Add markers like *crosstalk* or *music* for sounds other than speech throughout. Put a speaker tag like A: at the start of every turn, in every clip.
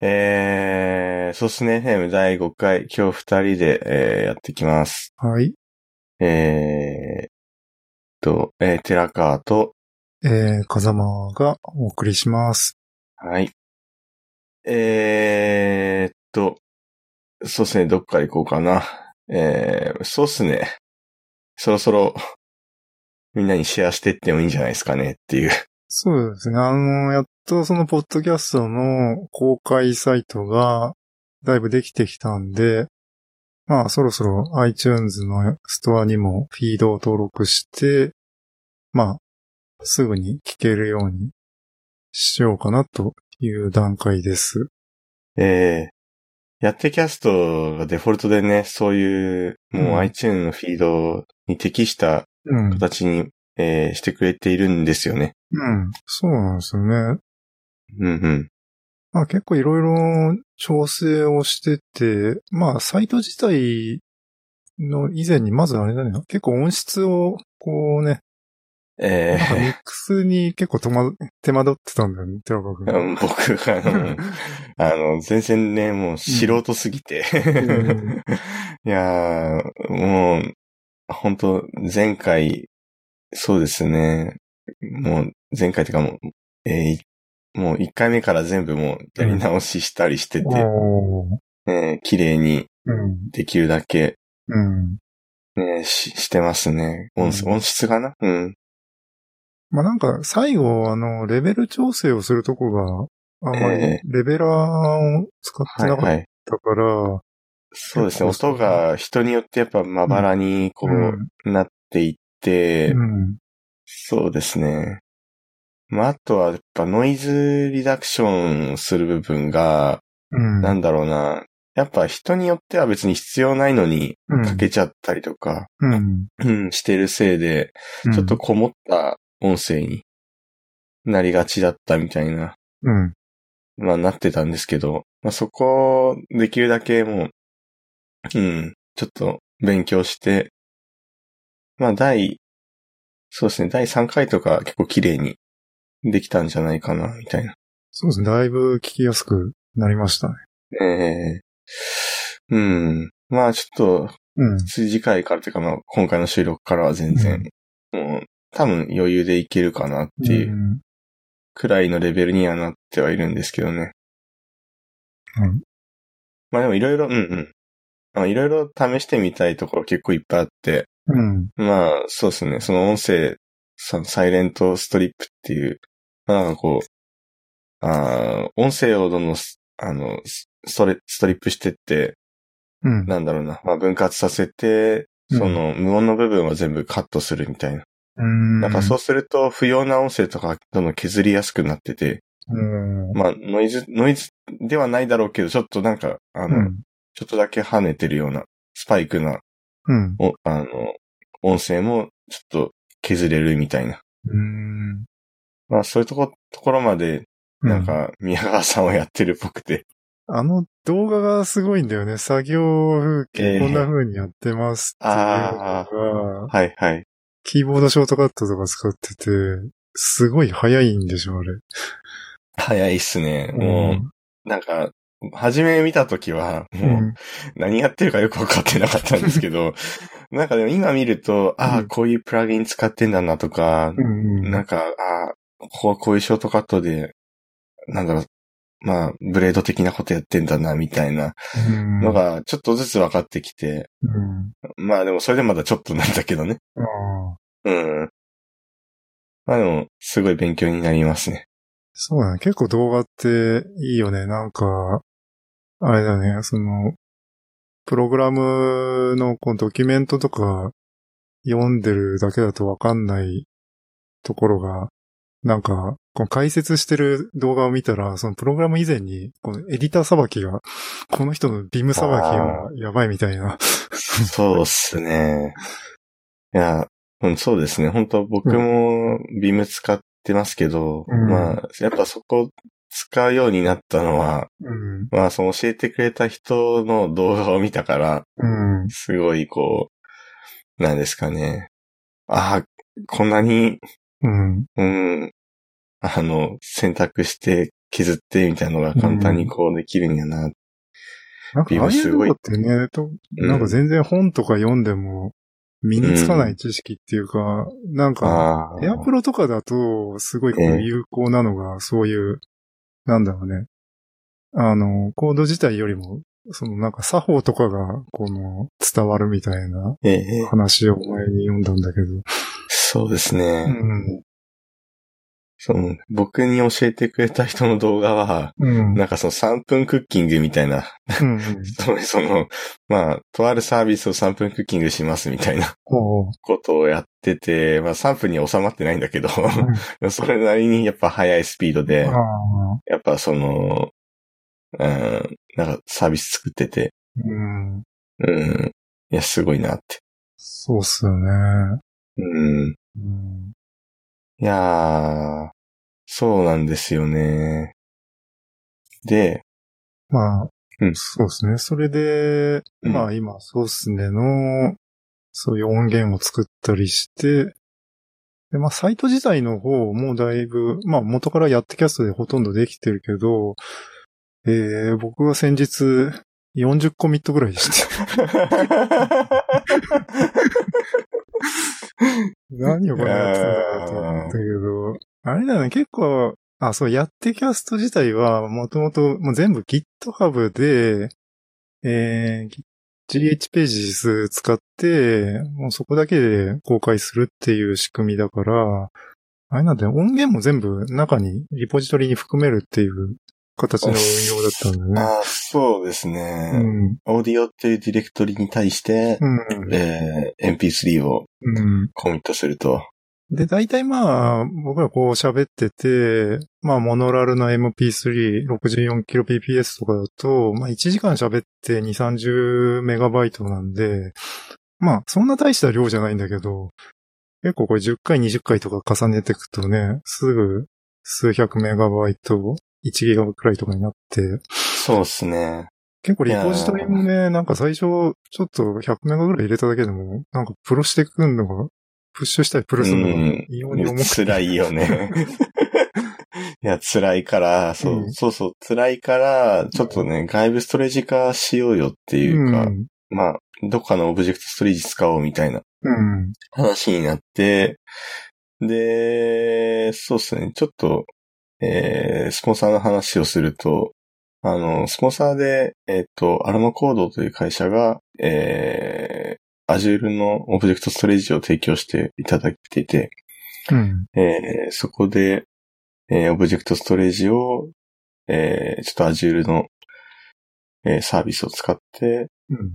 A: えー、そうっすね、FM 第5回、今日二人で、えーやっていきます。
B: はい。
A: えー、と、えー、寺川と、
B: えー、風間がお送りします。
A: はい。えー、と、そうっすね、どっから行こうかな。えー、そうっすね、そろそろ、みんなにシェアしてってもいいんじゃないですかねっていう。
B: そうですね。あの、やっとそのポッドキャストの公開サイトがだいぶできてきたんで、まあそろそろ iTunes のストアにもフィードを登録して、まあすぐに聞けるようにしようかなという段階です。
A: えー、やってキャストがデフォルトでね、そういう、もううん iTunes のフィードに適した
B: うん。
A: 形に、えーしてくれているんですよね。
B: うん。そうなんですよね。
A: うんうん。
B: まあ結構いろいろ調整をしてて、まあサイト自体の以前にまずあれだね、結構音質をこうね、
A: え
B: なんかミックスに結構戸惑手間取ってたんだよね、寺川
A: ー
B: *laughs* 君。
A: 僕が、あの、あの、全然ね、もう素人すぎて。*laughs*
B: ん
A: いやー、もう、本当前回、そうですね。もう、前回とかもう、えーもう1回目から全部もうやり直ししたりしてて、
B: お
A: え
B: ー
A: ー綺麗に
B: うん。
A: できるだけ、
B: うん。
A: ね、し、してますね。音質、
B: うん
A: 音質かなうん。
B: まあなんか最後、あの、レベル調整をするとこがあんまり
A: え
B: レベラーを使って
A: はい、
B: なか
A: は
B: っ
A: い。
B: たから、
A: そうですね。
B: 結構そう
A: 音が人によってやっぱまばらにこうなっていって、
B: うん。うん
A: そうですね。まあ、あとはやっぱノイズリダクションする部分が、
B: うん。
A: なんだろうな。やっぱ人によっては別に必要ないのに
B: うん
A: かけちゃったりとか、
B: うん。
A: うん、してるせいで、
B: うん
A: ちょっと、こもった音声になりがちだったみたいな、
B: うん。
A: まあなってたんですけど、まあそこをできるだけもう、うん、ちょっと勉強して、まあ第、そうですね、第3回とか結構綺麗にできたんじゃないかな、みたいな。
B: そうですね。だいぶ聞きやすくなりましたね。
A: ええうん。まあちょっと、
B: うん。
A: 次回からというかまあ今回の収録からは全然、もう多分余裕でいけるかなっていう
B: うん
A: くらいのレベルにはなってはいるんですけどね。
B: うん
A: まあでもいろいろ、うんうんあの。いろいろ試してみたいところ結構いっぱいあって、
B: うん。
A: まあそうですね、その音声、さサイレントストリップっていう、まあなんかこう、あー音声をどんどんす、あの、スストレストリップしてって、
B: うん。
A: なんだろうな、まあ分割させて、その無音の部分は全部カットするみたいな。
B: うん。
A: なんかそうすると不要な音声とかどんどん削りやすくなってて、
B: うん。
A: まあ、ノイズ、ノイズではないだろうけど、ちょっとなんか、あ
B: う
A: の、
B: ん。
A: ちょっとだけ跳ねてるような、スパイクな、
B: うん。
A: おあの、音声も、ちょっと削れるみたいな。
B: うん。
A: まあ、そういうとこ、ところまで、なん、か、宮川さんをやってるっぽくて。
B: あの動画がすごいんだよね。作業風
A: ええ
B: 景、こんな風にやってますっていう
A: あ
B: のが、
A: はいはい。
B: キーボードショートカットとか使ってて、すごい早いんでしょ、あれ。
A: 早いっすね。もう、なんか、初め見たときは、
B: う、
A: もうん何やってるかよくわかってなかったんですけ
B: *laughs*
A: ど、なんかでも今見ると、ああ、
B: うん
A: こういうプラグイン使ってんだなとか、
B: うん。うん。
A: なんか、あここはこういうショートカットで、なんだろう、まあ、ブレード的なことやってんだな、みたいな
B: うん
A: の、が、ちょっとずつ分かってきて、
B: うん。
A: まあでもそれでまだちょっとなんだけどね。
B: ああ。
A: うん。まあでも、すごい勉強になります
B: *laughs*
A: ね。
B: そうだね。結構動画っていいよね。なんか、あれだね、その、プログラムのこうドキュメントとか読んでるだけだとわかんないところが、なんか、この解説してる動画を見たら、そのプログラム以前に、このエディターさばきが、この人のビームさばきがやばいみたいな。
A: そうっすね。いや、うん、そうですね。本当僕もビーム使ってますけど、
B: うん
A: まあ、やっぱそこ使うようになったのは、
B: うん。
A: まあその教えてくれた人の動画を見たから、
B: うん。
A: すごい、こう、なんですかね。ああ、こんなに、
B: うん。
A: うん、あの、選択して削ってみたいなのが簡単にこうできるんやな。
B: なんかああいうとこってね、と
A: うん
B: なんか全然本とか読んでも身につかない知識っていうか、なんか、
A: ああ。
B: エアプロとかだとすごいこ
A: え
B: う
A: え
B: 有効なのが、そういう、なんだろうね。あの、コード自体よりも、そのなんか作法とかが、この、伝わるみたいな
A: ええ
B: 話を前に読んだんだけど。
A: そうですね。
B: うん。
A: その僕に教えてくれた人の動画は、
B: うん。
A: なんかその3分クッキングみたいな、 *laughs*
B: うん。
A: そのその、まあ、とあるサービスを3分クッキングしますみたいな *laughs*
B: ほう。
A: ことをやってて、まあ3分に収まってないんだけど、 *laughs* それなりにやっぱ速いスピード
B: あ
A: で、
B: あ。
A: やっぱその、うん、なんかサービス作ってて、
B: うん。
A: うん、いや、すごいなって。
B: そうっすよね。
A: うん。
B: うん。
A: いやー、そうなんですよね。で、
B: まあ、
A: うん
B: そうですね。それで、
A: うん
B: まあ今、ソースネの、そういう音源を作ったりして、で、まあサイト自体の方もだいぶ、まあ元からやってキャストでほとんどできてるけど、えー、僕は先日、40コミットぐらいでした。何をこれやってたんだろうと思ったけど、あれだね、結構、あ、そう、やってキャスト自体は、もともと、もう全部 GitHub で、えー、GH ページス使って、もうそこだけで公開するっていう仕組みだから、あれなんだよ、音源も全部中に、リポジトリに含めるっていう形の運用だったんだよね。
A: あーそうです
B: う
A: ね、
B: ん。
A: オーディオっていうディレクトリに対して、
B: うん。
A: えー MP3 を
B: うん。
A: コミットすると。
B: で、大体まあ、僕らこう喋ってて、まあ、モノラルの MP3、64kbps とかだと、まあ、1時間喋って2、30メガバイトなんで、まあ、そんな大した量じゃないんだけど、結構これ10回、20回とか重ねていくとね、すぐ数百メガバイト、1ギガくらいとかになって、
A: そうですね。
B: 結構リポジトリもね、なんか最初、ちょっと100メガぐらい入れただけでも、なんかプロしてくんのが、プッシュしたりプルするのが
A: うん
B: 異様に重くて。
A: 辛いよ
B: *laughs*
A: ね。いや、辛いから、そう、
B: うん
A: そうそう、辛いから、ちょっとね、外部ストレージ化しようよっていうか、
B: ん
A: まあ、どっかのオブジェクトストレージ使おうみたいな
B: うん。
A: 話になって、で、そうですね、ちょっと、えー、スポンサーの話をすると、あの、スポンサーで、えっ、と、アルマコードという会社が、えー、Azure のオブジェクトストレージを提供していただいていて、
B: うん。
A: えーそこで、えーオブジェクトストレージを、えーちょっと Azure の、えーサービスを使って、
B: うん。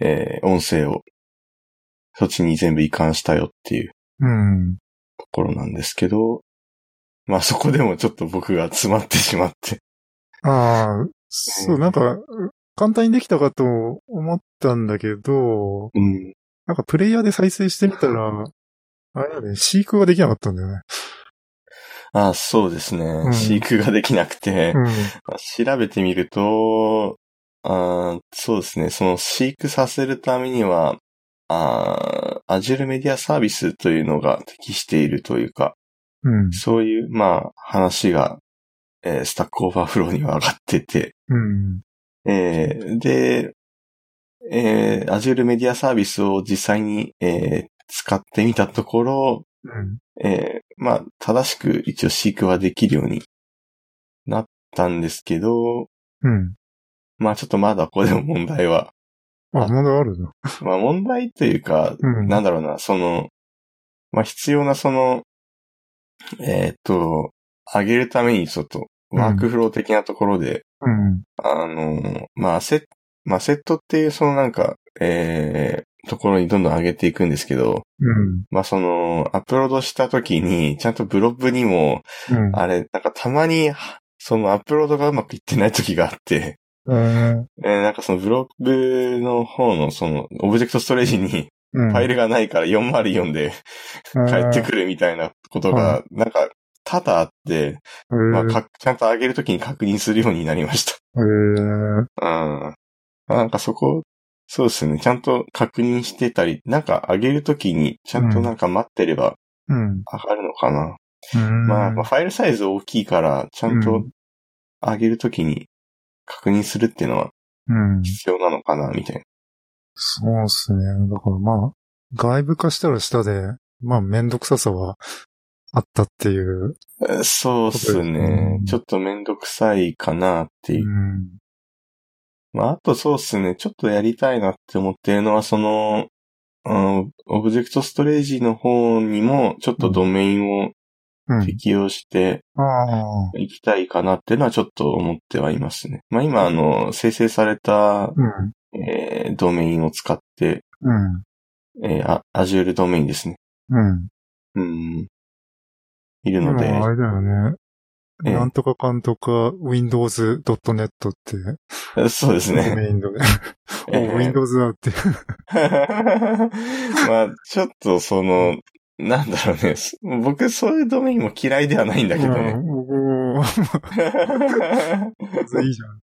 A: えー音声を、そっちに全部移管したよっていう
B: うん。
A: ところなんですけど、まあそこでもちょっと僕が詰まってしまって。
B: ああ、そう、なんか、簡単にできたかと思ったんだけど、
A: うん。
B: なんかプレイヤーで再生してみたら、あれだね、飼育ができなかったんだよね。
A: あそうですね。
B: ん
A: 飼育ができなくて、
B: うん。
A: まあ調べてみると、あーそうですね。その飼育させるためには、あー Azure メディアサービスというのが適しているというか、
B: うん。
A: そういう、まあ、話が、えースタックオーバーフローには上がってて、
B: うん。
A: えーで、えー Azure メディアサービスを実際に、えー使ってみたところ、
B: うん。
A: えーまあ、正しく一応飼育はできるようになったんですけど、
B: うん。
A: まあちょっとまだここでも問題は、 *laughs*
B: あ、まだあるな。
A: まあ問題というか、
B: うん。
A: なんだろうな、その、まあ必要なその、えーっと、上げるためにちょっと、ワークフロー的なところで、
B: うん。
A: あの、まあセット、まあセットっていうそのなんか、えー、ところにどんどん上げていくんですけど、
B: うん。
A: まあその、アップロードした時に、ちゃんとブロックにも、
B: うん。
A: あれ、なんかたまに、そのアップロードがうまくいってない時があって、
B: うん。
A: えーなんかそのブロックの方のそのオブジェクトストレージに
B: うん。
A: ファイルがないから404で返ってくるみたいなことがなんか多々あって、
B: る
A: まあ、かちゃんと上げるときに確認するようになりまし
B: えー、
A: た。 *laughs* うん。なんかそこ、そうですね。ちゃんと確認してたり、なんか上げるときにちゃんとなんか待ってれば
B: うん。
A: 上がるのかな。
B: うん
A: まあ、やっぱファイルサイズ大きいから、ちゃん
B: う
A: と
B: ん
A: 上げるときに確認するっていうのは
B: うん。
A: 必要なのかな、みたい
B: そうっすね。だからまあ、外部化したら下で、まあ、めんどくささはあったっていう。
A: な。えそうっすね
B: うん。
A: ちょっとめんどくさいかなっていうう。
B: ん。
A: まあ、あとそうっすね。ちょっとやりたいなって思ってるのは、その、うんオブジェクトストレージの方にも、ちょっとドメインを
B: うん。
A: 適用して
B: ああ。
A: いきたいかなっていうのはちょっと思ってはいますね。まあ今、あの、生成された、
B: うん。
A: えードメインを使って、
B: うん。
A: えーあ、Azure ドメインですね。
B: うん。
A: うん。いる
B: で
A: の
B: も
A: で、
B: あれだよね。
A: ええ
B: なんとかかんとか Windows.net って、
A: そうです
B: ド
A: ね。
B: メインドで。お
A: えー
B: Windows だって。
A: *laughs* まあ、ちょっとその、なんだろうね。す僕、そういうドメインも嫌いではないんだけど
B: う
A: ね。
B: ん、僕も、いいじゃんっ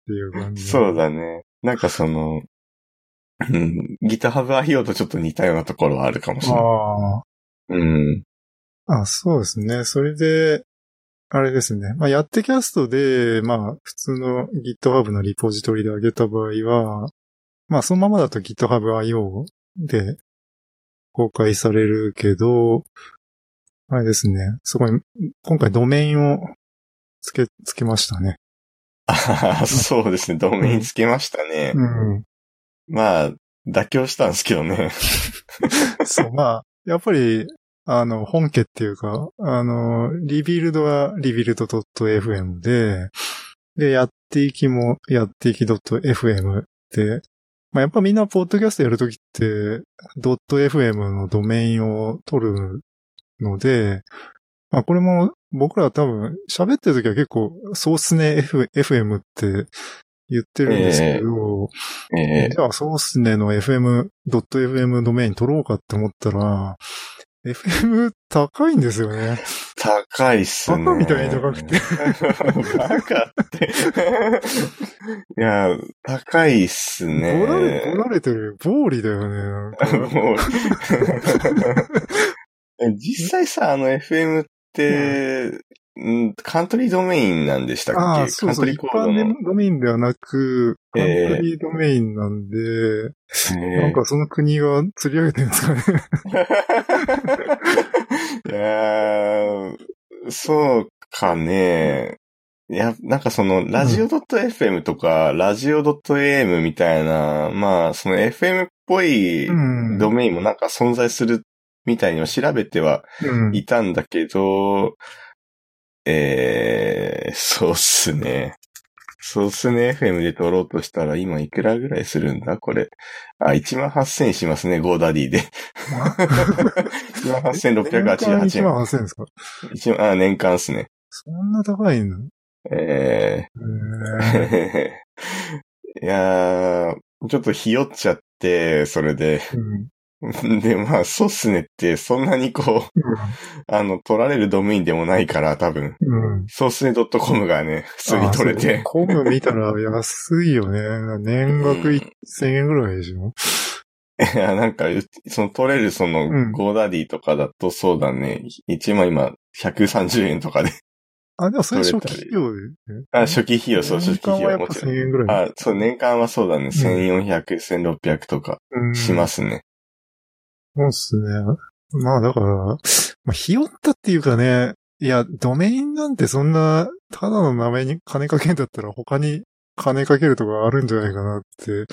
B: ていう感じ。
A: *laughs* そうだね。なんかその、うん、GitHub IO とちょっと似たようなところはあるかもしれない。
B: あ
A: うん。 *laughs*
B: あ。あ、そうですね。それで、あれですね。まあ、やってキャストで、まあ、普通の GitHub のリポジトリで上げた場合は、まあ、そのままだと GitHub.io で公開されるけど、あれですね。そこに、今回ドメインをつけ、つけましたね。
A: あははそうですね。ドメインつけましたね。
B: うん。
A: まあ、妥協したんですけどね。
B: *laughs* そう、まあ、やっぱり、あの、本家っていうか、あの、リビルドはリビルド .fm で、で、やっていきもやっていき .fm で、まあ、やっぱみんなポッドキャストやるときって、.fm のドメインを取るので、まあ、これも僕ら多分喋ってるときは結構、そうっすね F- FM って言ってるんですけど、
A: ええ
B: じゃあ、そうっすねの FM、.fm ドメイン取ろうかって思ったら、FM 高いんですよね。
A: 高いっすね。
B: バカみたいに高くて。
A: *laughs* バカって。 *laughs* いや、高いっす
B: ボ
A: ね。
B: ラれ、ボラれてる。暴利だよねなんか。
A: *laughs* もう *laughs* え実際さ、あの FM って、んカントリードメインなんでしたっけ
B: ああ、そうそ
A: カント
B: う。
A: リ
B: 一
A: ーコード
B: 般
A: の。
B: ドメインではなく、カ
A: え
B: ント
A: え
B: リードメインなんで、
A: ええ
B: なんかその国が釣り上げてるんですかね。
A: *laughs* いやーそうかね。いや、なんかその、ラジオ .fm とか、ラジオ .am みたいな、まあ、その FM っぽい
B: うん
A: ドメインもなんか存在するみたいには調べては
B: うん。
A: いたんだけど、えー、そうっすね。そうっすね、FM で撮ろうとしたら今いくらぐらいするんだこれ。あ、18000しますね、ゴーダディで。18688
B: 1
A: 円。
B: 万8000円ですか
A: 一万あ、年間っすね。
B: そんな高いの
A: え
B: え
A: ー、 *laughs*
B: え
A: いやー、ちょっとひよっちゃって、それで。
B: うん
A: で、まあ、そうっすねって、そんなにこう、あの、取られるドメインでもないから、多分。
B: うん。
A: そうっすね .com がね、普通に取れ
B: あ
A: て。
B: そうコム見たら安いよね。年額1000円ぐらいでしょ。
A: *laughs* いや、なんか、うその取れるその、
B: うん
A: ゴーダディとかだとそうだね。一万今、130円とかで。
B: あ、でもそれ初期費用で、ね。
A: あ、初期費用、そう、初期費
B: 年間はや
A: 用
B: っ
A: も
B: ぱ
A: ちろん
B: 1000。円ぐらい。
A: あ、そう、年間はそうだね。1400、1600とか
B: うん
A: します
B: *laughs*
A: ね。
B: そうっすね。まあだから、まあ、ひよったっていうかね、いや、ドメインなんてそんな、ただの名前に金かけんだったら他に金かけるとかあるんじゃないかなって。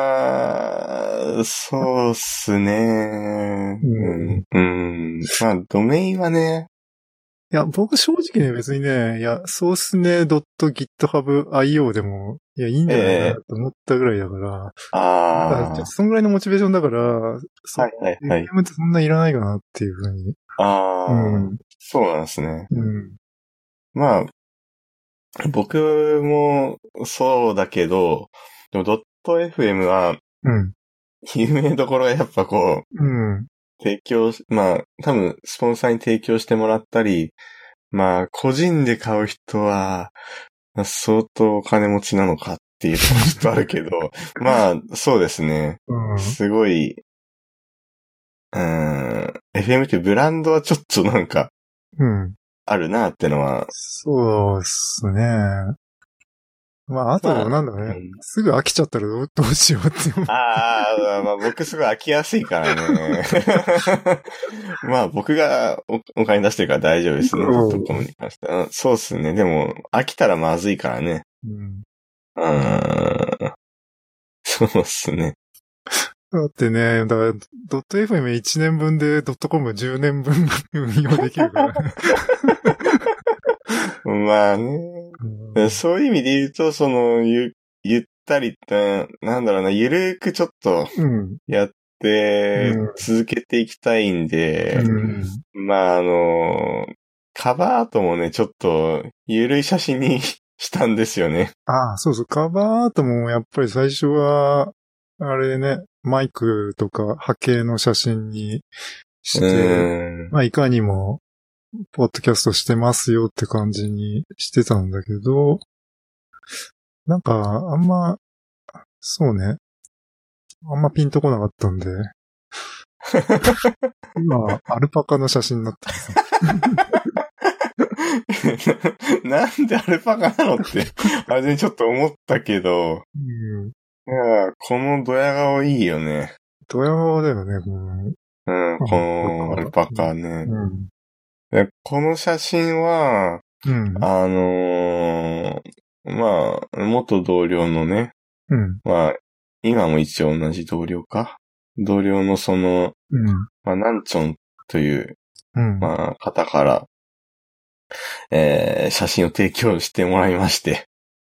A: まあ、そうっすね。
B: うん
A: うん。うん。まあ、ドメインはね、
B: いや、僕正直ね、別にね、いや、そうっすね、.github.io でも、いや、いいんじゃないかなと思ったぐらいだから、
A: あ
B: あちょっとそんぐらいのモチベーションだから、
A: あ。
B: そ
A: は
B: う
A: い、はい、はい。
B: FM ってそんないらないかなっていうふうに。
A: ああ、
B: うん。
A: そうなんですね。
B: うん。
A: まあ、僕もそうだけど、でもドット FM は、
B: うん。
A: 有名どころがやっぱこう、
B: うん。
A: 提供し、まあ、多分、スポンサーに提供してもらったり、まあ、個人で買う人は、まあ相当お金持ちなのかっていうとこちょっとあるけど、まあ、そうですね。
B: うん。
A: すごい、うーん、 FM ってブランドはちょっとなんか
B: うん。
A: あるなってのは、
B: そうですね。まあ、あと、
A: まあ
B: なんだろう
A: う
B: ね。
A: ん
B: すぐ飽きちゃったらどうどうしようって思
A: *laughs*
B: う。
A: ああ、まあ僕すごい飽きやすいからね。 *laughs* まあ僕がおお金出してるから大丈夫ですね。
B: うん
A: ドットコムに関しては。そうっすね。でも飽きたらまずいからね。
B: うん
A: うーん。 *laughs* そうっすね。
B: だってね、だから、ドット FM1 年分でドットコム10年分運用できるからね。
A: まあね。
B: うん
A: そういう意味で言うと、その、ゆ、ゆったりって、なんだろうな、ゆるくちょっと
B: うん。
A: やって
B: うん、
A: 続けていきたいんで、
B: うん
A: まあ、あの、カバーアートもね、ちょっと、ゆるい写真に *laughs* したんですよね。
B: ああ、そうそう。カバーアートもやっぱり最初は、あれね、マイクとか波形の写真にし
A: う
B: て、
A: ん。
B: まあいかにも、ポッドキャストしてますよって感じにしてたんだけど、なんか、あんま、そうね。あんまピンとこなかった
A: *laughs*
B: んで。今、アルパカの写真になった。
A: *laughs* なんでアルパカなのって、あれちょっと思ったけど、
B: うん。
A: いやこのドヤ顔いいよね。
B: ドヤ顔だよね、この。
A: うん、このアルパカね。
B: うん。
A: でこの写真は、
B: うん。
A: あのーまあ、元同僚のね、
B: うん。
A: まあ、今も一応同じ同僚か。同僚のその、
B: うん。
A: まあ、なんちょんという、
B: うん。
A: まあ、方から、えー写真を提供してもらいま
B: *laughs*
A: して。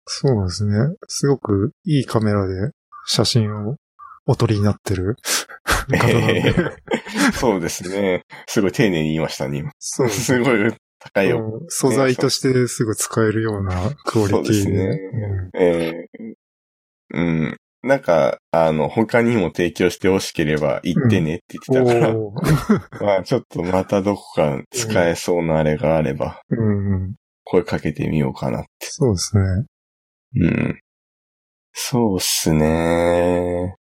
B: そうですね。すごくいいカメラで写真をお撮りになってる方なんで。
A: *laughs* そうですね。すごい丁寧に言いましたね、今。
B: そうです
A: すごい高いよ。
B: うん素材としてすぐ使えるようなクオリテ
A: そ
B: ィ
A: うですねえーうん。なんか、あの、他にも提供してほしければ言ってねって
B: う
A: 言
B: ん
A: ってたから、
B: おー
A: まあちょっとまたどこか使えそうなあれがあれば、
B: うんうん
A: 声かけてみようかな。
B: そうですね。
A: うん。そうっすね。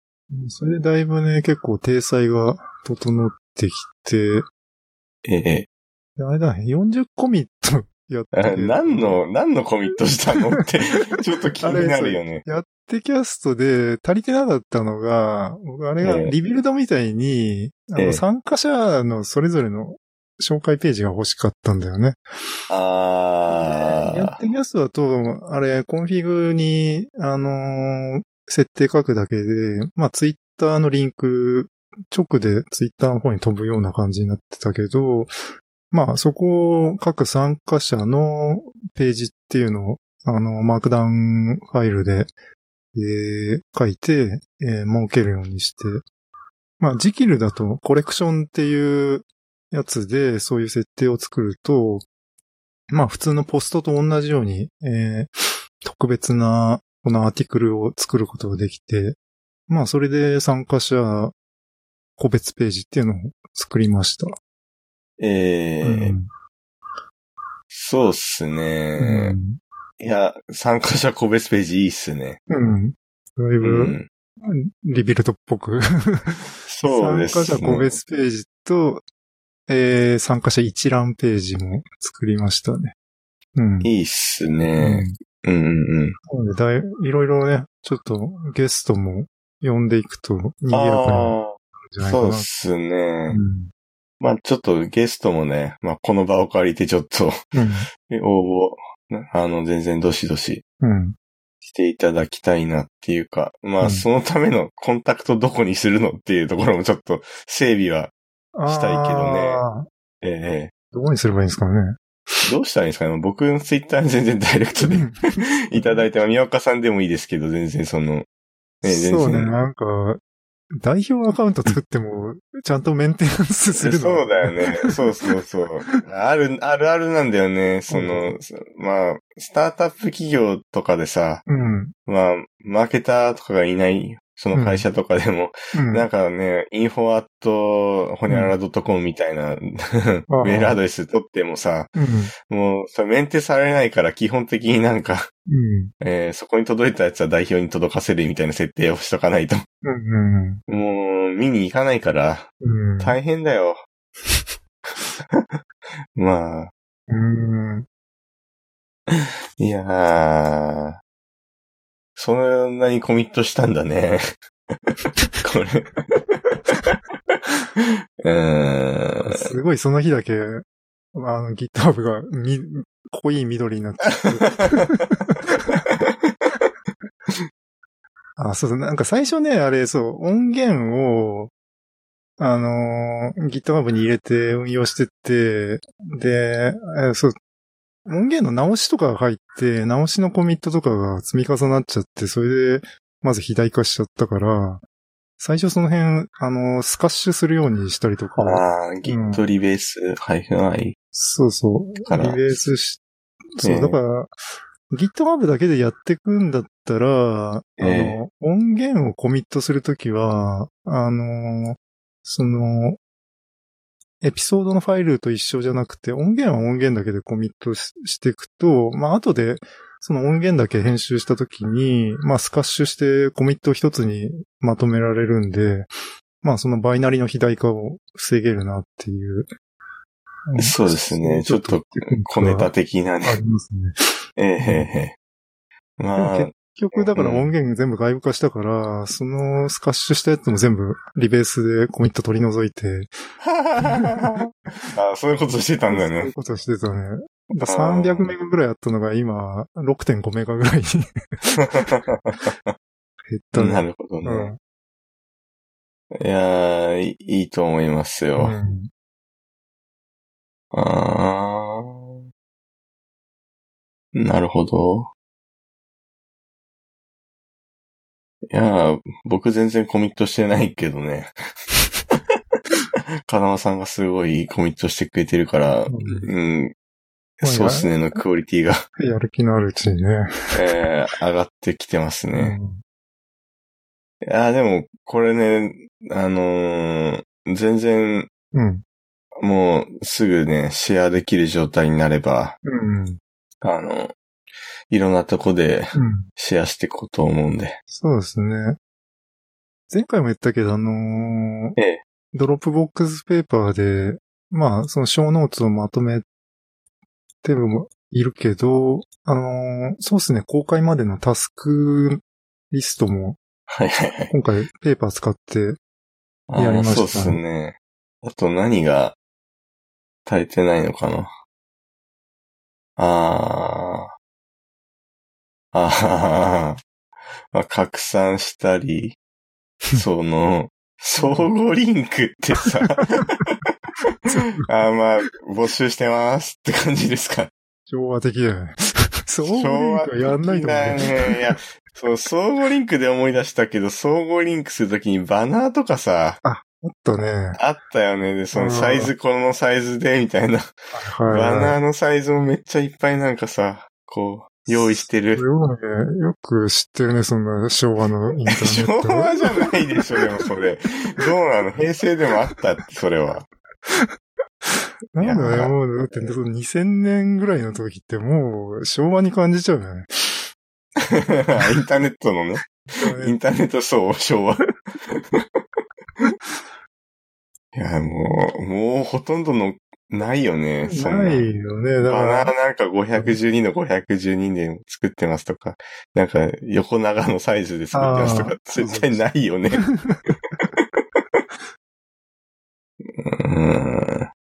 B: それでだいぶね、結構体裁が整ってきて、
A: ええ
B: であれだね、40コミットやって
A: あ
B: て。
A: 何の、何のコミットしたのって、
B: *laughs*
A: ちょっと気になるよね。
B: やってキャストで足りてなかったのが、僕あれが
A: ええ
B: リビルドみたいに、あ
A: え
B: の
A: え
B: 参加者のそれぞれの紹介ページが欲しかったんだよね。や
A: あ
B: ってキャストだと、あれ、コンフィグに、あのー設定書くだけで、まあ、ツイッターのリンク、直でツイッターの方に飛ぶような感じになってたけど、まあ、そこを各参加者のページっていうのを、あの、マークダウンファイルで、えー書いて、えー設けるようにして、まあ、ジキルだとコレクションっていうやつで、そういう設定を作ると、まあ普通のポストと同じように、えー特別なこのアーティクルを作ることができて、まあそれで参加者個別ページっていうのを作りました。
A: ー。ええ
B: うん
A: そうっすね、いや、参加者個別ページいいっすね。
B: うん。だいうぶ
A: ん。
B: リビルドっぽく。
A: そうですね。
B: 参加者個別ページと、えー参加者一覧ページも作りましたね。うん。
A: いいっすね。うんうんうん。
B: なのでだい、いろいろね、ちょっとゲストも呼んでいくと賑やかになるん
A: あ
B: じゃ
A: あ、
B: ないか
A: そう
B: な
A: っすね。
B: うん
A: まあちょっとゲストもね、まあこの場を借りてちょっと *laughs*
B: うん。
A: 応募、ねあの全然どしどし
B: うん。
A: していただきたいなっていうか、ま
B: うん
A: あそのためのコンタクトどこにするのっていうところもちょっと整備は、したいけどね
B: あー。
A: ええ
B: どこにすればいいんです
A: *laughs*
B: かね。
A: どうしたらいいんですかね僕のツイッターに全然ダイレクト
B: *laughs*
A: でいただいて、まあ宮岡さんでもいいですけど、全然その、ね、全
B: そうね、
A: 然。
B: なんか、代表アカウント作っても、ちゃんとメンテナンスするの。
A: そうだよ。ね。そうそうそう。ある、あるあるなんだよね。その、まあ、スタートアップ企業とかでさ、
B: うん。
A: まあ、マーケターとかがいない、その会社とかでも、
B: うん。
A: なんかね、インフォアット、ほにゃらら .com みたい
B: *laughs*
A: な、
B: あ
A: メールアドレス取ってもさ、
B: うん。
A: もう、それメンテされないから基本的になんか、 *laughs*
B: うん。
A: えーそこに届いたやつは代表に届かせるみたいな設定をしと
B: *laughs*
A: かないと。
B: うん。
A: もう、見に行かないから、
B: うん。 *laughs*
A: 大変だよ。まあ、
B: うーん。
A: いやー、そんなにコミットしたんだ
B: *laughs*
A: ね。これ。うーん。
B: すごい、その日だけ、あの、GitHub が、み、濃い緑になっちゃって。あ、そうそう、なんか最初ね、あれ、そう、音源を、あのー、GitHub に入れて運用してって、で、えそう、音源の直しとかが入って、直しのコミットとかが積み重なっちゃって、それで、まず肥大化しちゃったから、最初その辺、あのースカッシュするようにしたりとか。
A: ああ、Git リベース -i
B: そうそう。
A: から
B: リベースし、そ
A: ええ
B: う、だから、GitHub だけでやってくんだったら、
A: ええ
B: あの、音源をコミットするときは、あの、その、エピソードのファイルと一緒じゃなくて、音源は音源だけでコミットししていくと、まあ、後で、その音源だけ編集したときに、まあ、スカッシュしてコミット一つにまとめられるんで、まあ、そのバイナリの肥大化を防げるなっていう。
A: そうですね。ちょっと小ネタ的なね。
B: ありますね。
A: ええええ
B: *laughs*
A: まあ、
B: 結局、だから
A: うん
B: 音源全部外部化したから、そのスカッシュしたやつも全部リベースでコミット取り除いて、
A: あそういうことしてたんだ
B: そうい
A: ね
B: う。ことしてたね。だか
A: あ
B: ら
A: ー
B: 300メガぐらいあったのが今、6.5メガぐらい
A: *laughs*
B: に減った
A: な
B: ね。
A: るほど
B: う
A: ね。
B: ん。
A: いやー、いいいと思いますよ。
B: うん
A: ああ。なるほど。いやー、僕全然コミットしてないけどね。風間さんがすごいコミットしてくれてるから、うん、
B: まあ
A: そうですねのクオリティが、
B: やる気のあるうちにね。
A: えー上がってきてます
B: う
A: ね。
B: ん
A: いやーでも、これね、あのー全然、
B: うん。
A: もうすぐね、シェアできる状態になれば、
B: うん。うん。
A: あの、いろんなとこでシェアしていこうと思うんで。
B: そうですね。前回も言ったけど、あのー
A: ええ
B: ドロップボックスペーパーで、まあ、その小ノーツをまとめてもいるけど、あのーそうですね、公開までのタスクリストも、
A: はいはいはい。
B: 今回ペーパー使って、
A: あー
B: やりました
A: そうですね。あと何が足りてないのかな。あー。あー。 *laughs* まあ、拡散した
B: *laughs*
A: り、その、相互リンクってさ、
B: *laughs*
A: あーまあ、募集してますって感じですか
B: 昭和的だ
A: *laughs*
B: よね。そういうのやんないと思う
A: だ
B: ね。
A: ね。いや、そう、相互リンクで思い出したけど、相互リンクするときにバナーとかさ、
B: あったね。
A: あったよね。で、そのサイズ、このサイズで、みたいな。
B: はい。
A: バナ
B: ー
A: ーのサイズもめっちゃいっぱいなんかさ、こう、用意してる。
B: ね、よく知ってるね、そんな昭和のインター
A: *laughs* 昭
B: ネット。
A: 和じゃないでしょ、でもそれ。どうなの平成でもあったって、それは。 *laughs*
B: なんだ
A: いや
B: よ、もう、だって、その2000年ぐらいの時ってもう、昭和に感じちゃうよね。
A: インターネットのね。インターネットそう、昭
B: *laughs*
A: 和。いや、もう、もうほとんどの、ないよね、そんな。
B: ないよね。だ
A: バナー
B: か
A: なんか512の512で作ってますとか、なんか横長のサイズで作ってますと
B: あ
A: か
B: ー、
A: 絶対ないよね。う *laughs* ーん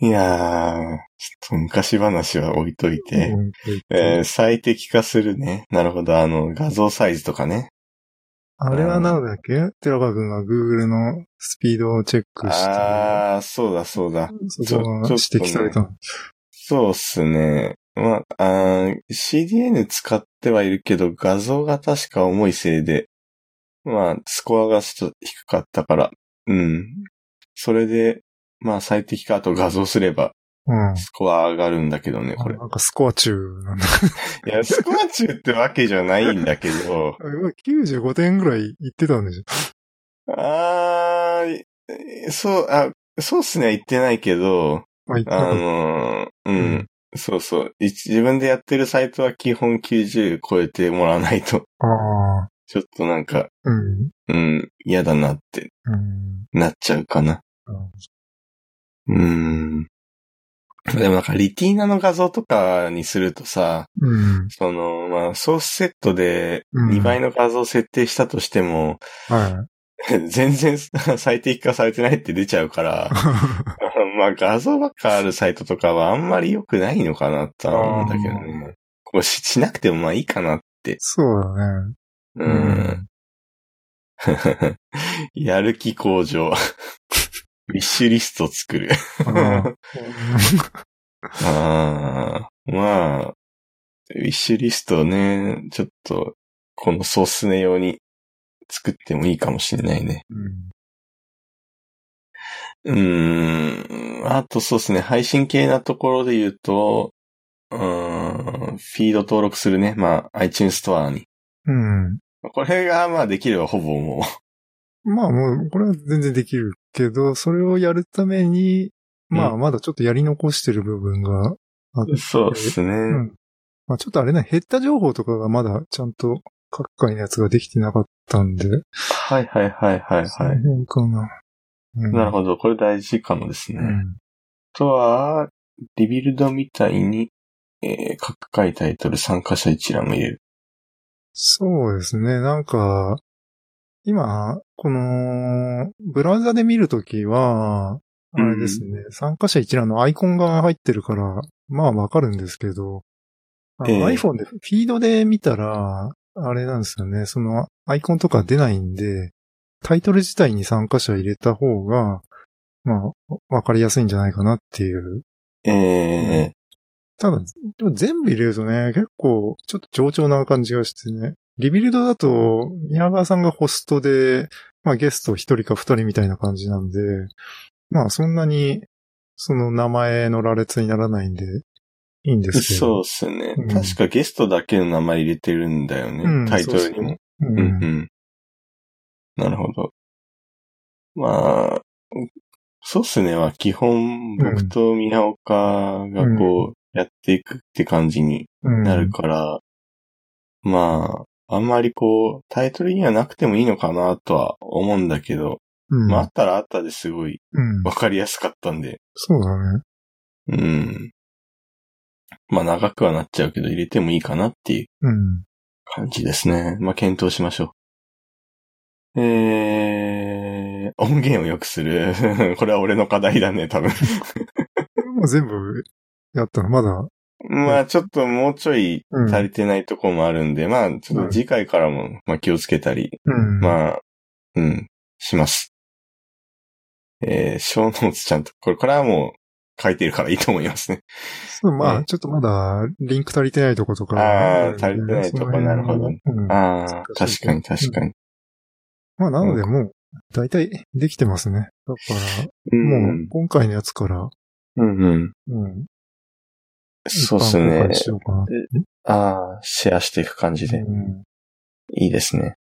A: いやー、ちょっと昔話は置いとい
B: ら、
A: て、
B: うん
A: えー最適化するね。なるほど、あの、画像サイズとかね。
B: あれはなんだっけ寺川くんが Google のスピードをチェックして、
A: あー、そうだそうだ。
B: そこが指摘されたの。
A: そうっすね。まあ、あー CDN 使ってはいるけど、画像が確か重いせいで、まあ、スコアがちょっと低かったから、うん。それで、まあ、最適化と画像すれば、
B: うん。
A: スコア上がるんだけどね、これ。
B: なんかスコア中なんだ。
A: いや、スコア中ってわけじゃないんだけ
B: *laughs*
A: ど、
B: 95点ぐらい言ってたんでしょ。
A: あー、えそう、あ、そうっすねは言ってないけど、
B: まあ、言って
A: あ
B: た。
A: のーう。
B: うん
A: そうそう。い自分でやってるサイトは基本90超えてもらわないと、
B: ああ、
A: ちょっとなんか、
B: うん。
A: うん、嫌だなって
B: うん。
A: なっちゃうかな。うーん。でもなんか、リティーナの画像とかにするとさ、
B: うん。
A: その、まあ、ソースセットで
B: うん
A: 2倍の画像を設定したとしても、 *laughs*
B: は
A: 全然 *laughs* 最適化されてないって出ちゃうから、 *laughs* まあ画像ばっかあるサイトとかはあんまり良くないのかなって思うんだけどね。こうししなくてもまあいいかな。
B: い。 *laughs* そうだね。
A: う。。
B: うん
A: *laughs* やる気向上。 *laughs* ウィッシュリスト作る。
B: あー
A: ああ、まあ、ウィッシュリストね、ちょっと、このソースネ用に作ってもいいかもしれないね。
B: うん
A: うーん、あとそうですね、配信系なところで言うと、うーん、フィード登録するね。まあ、iTunes ストアに。
B: うん。
A: これが、まあ、できればほぼも
B: まあもう、これは全然できるけど、それをやるために、ま
A: う
B: あまだちょっとやり残してる部分があって
A: う。、そうですね。
B: んまあちょっとあれね、減った情報とかがまだちゃんと各界のやつができてなかったんで、
A: はいはいはいはい
B: そ
A: は
B: の
A: い。
B: 辺かな。うん
A: なるほど。これ大事かもですね。
B: うん
A: あとは、リビルドみたいに、えー各回タイトル参加者一覧も入れる。
B: そうですね。なんか、今、この、ブラウザで見るときは、あれですね、参加者一覧のアイコンが入ってるから、まあわかるんですけど、あの
A: ええ
B: iPhone で、フィードで見たら、あれなんですよね、そのアイコンとか出ないんで、タイトル自体に参加者入れた方が、まあ、わかりやすいんじゃないかなっていう。
A: ええ
B: ただ、でも全部入れるとね、結構、ちょっと冗長な感じがしてね。リビルドだと、宮川さんがホストで、まあゲスト一人か二人みたいな感じなんで、まあそんなに、その名前の羅列にならないんで、いいんですけ
A: そ
B: ど。
A: うですね、
B: うん
A: 確かゲストだけの名前入れてるんだよね。
B: うん
A: タイトルにも。
B: う
A: うん
B: ん。
A: うん。なるほど。まあ、そうっすねは基本僕と宮岡がこうやっていくって感じに
B: うん。
A: なるから、まあ、あんまりこうタイトルにはなくてもいいのかなとは思うんだけど、
B: うん。
A: まああったらあったですごい
B: うん。
A: わかりやすかったんで、
B: そうだね。
A: うん。まあ長くはなっちゃうけど入れてもいいかなっていう
B: うん。
A: 感じですね。まあ、検討しましょう。えー、音源を良くする。 *laughs* これは俺の課題だね、多分。
B: まあ全部、やったらまだ、
A: まあ、ちょっともうちょい
B: うん。
A: 足りてないとこもあるんで、まあ、ちょっと次回からも、まあ、気をつけたり、
B: うん。あ。
A: まあ、うん、します。えー、小ノーツちゃんと、これ、これはもう書いてるからいいと思いますね。
B: ま
A: ね
B: あ、ちょっとまだ、リンク足りてないとことか。
A: あー足りてないとこ
B: その辺
A: なるほどね
B: うん。
A: ああ、確かに確かに。
B: まあ、なのでもう、大体できてますね。だから、もう、今回のやつから、
A: うん、うん、うん。
B: うん。
A: そうっす
B: 一般公
A: ね
B: 開。しようかな。
A: ああ、シェアしていく感じで。
B: うん
A: いいですね。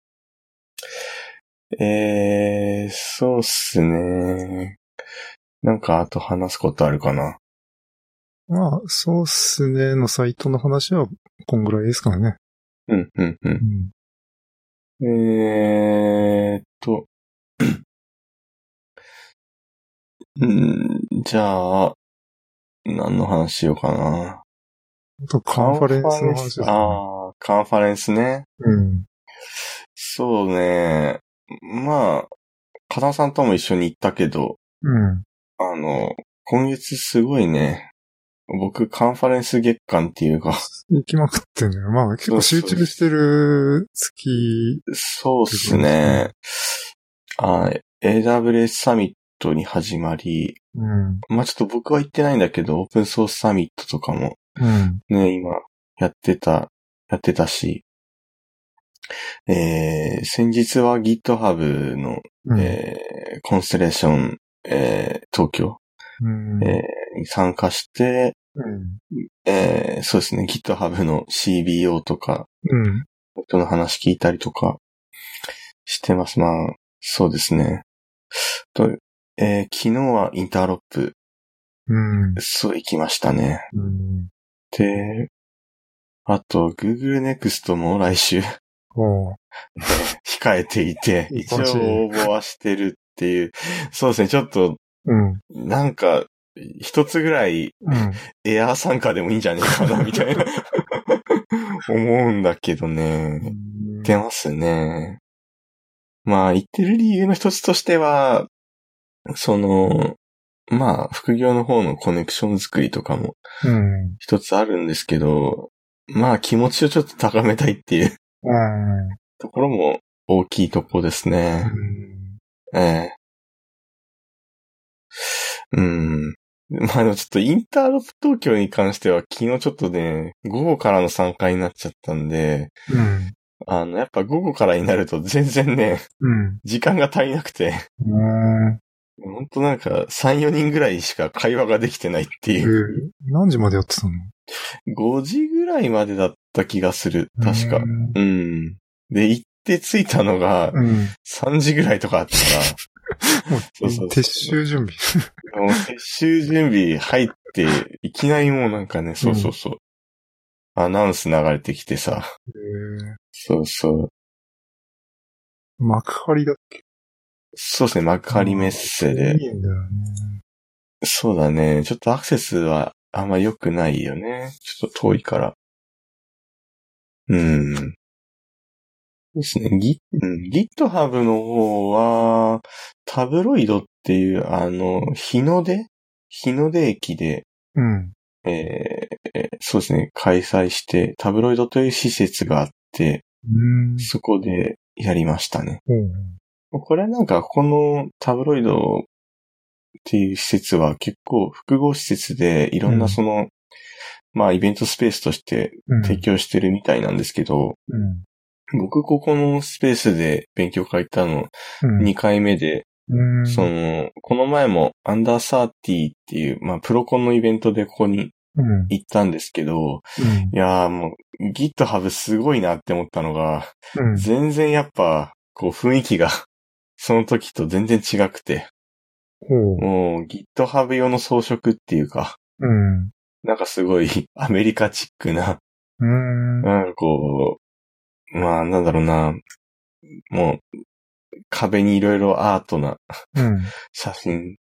A: えー、そうっすね。なんかあと話すことあるかな。
B: まあ、そうっすねのサイトの話は、こんぐらいですからね。
A: うん、うん、う
B: うん。
A: ん。えーっと。 *coughs* うん、じゃあ、何の話しようかな。
B: あと、カンファレンスの話ですね。
A: ああ、カンファレンスね。
B: うん。
A: そうね。まあ、片田さんとも一緒に行ったけど、
B: うん。
A: あの、今月すごいね、僕カンファレンス月間っていうか、
B: 行きまくってんだよ。まあ、結構集中してる月、
A: そうっすね。あ AWS サミットに始まり、
B: うん。
A: まあちょっと僕は行ってないんだけど、オープンソースサミットとかも
B: うん。
A: ね、今やってた、やってたし、えー、先日は GitHub の、
B: うん。
A: えー、コンステレーション、えー、東京
B: うん。
A: えに参加して、
B: うん。
A: えー、そうですね、GitHub の CBO とか、
B: うん。
A: 人の話聞いたりとかしてます。まあ、そうですね。と、えー昨日はインターロップ、
B: うん。
A: そう行きましたね。
B: うん。
A: で、あと、Google Next も来週 *laughs*
B: おう。
A: 控えていて、一応
B: 忙しい
A: 応募はしてるっていう。そうですね、ちょっと、
B: うん。
A: なんか、一つぐらい
B: うん。
A: エアー参加でもいいんじゃねえかな、みたいな。 *laughs* 思うんだけどね。言ってますね。まあ、言ってる理由の一つとしては、その、まあ、副業の方のコネクション作りとかも
B: うん。
A: 一つあるんですけど、まあ、気持ちをちょっと高めたいっていう *laughs*
B: うん。
A: ところも大きいとこですね。ええ。うん。まあでもちょっとインターロップ東京に関しては昨日ちょっとね、午後からの参加になっちゃったんで、
B: うん。
A: あの、やっぱ午後からになると全然ね、
B: うん。
A: 時間が足りなくて、
B: うん。
A: ほんとなんか3、4人ぐらいしか会話ができてないって
B: え
A: いう。
B: ー何時までやってたの
A: 5時ぐらいまでだった気がする。確か。うん。で、行って着いたのが
B: うん。うん
A: 3時ぐらいとかあったら、
B: もう
A: そうそう
B: 撤収準備。
A: もう撤収準備入って、いきなりもうなんかね、そうそうそう。アナウンス流れてきてさ、
B: え
A: そうそう。
B: ー幕張だっ
A: そうですね、幕張メッセ
B: け
A: で。
B: いいんだよね。
A: そうだね、ちょっとアクセスはあんま良くないよね。ちょっと遠いから。うん。そうですね、ギうん、GitHub の方は、タブロイドっていう、あの、日の出日の出駅で、
B: うん。
A: えーそうですね、開催して、タブロイドという施設があって、
B: うん。
A: そこでやりましたね。
B: うん
A: これはなんか、このタブロイドっていう施設は結構複合施設で、いろん
B: う
A: なんその、まあ、イベントスペースとして
B: うん。
A: 提供してるみたいなんですけど、
B: うん。
A: 僕、ここのスペースで勉強会行ったの
B: うん
A: 2回目で、
B: うん。
A: その、この前もアンダーサーティっていう、まあ、プロコンのイベントでここに
B: うん。うん。
A: 行ったんですけど、いやーもう GitHub すごいなって思ったのが、
B: うん。
A: 全然やっぱ、こう雰囲気が、その時と全然違くて、
B: ほう。
A: もう GitHub 用の装飾っていうか、 *laughs*
B: うん。
A: なんかすごい *laughs* アメリカチックな、 *laughs*
B: うん。
A: なんかこう、まあなんだろうな、もう壁にいろいろアートな
B: うん。
A: 写真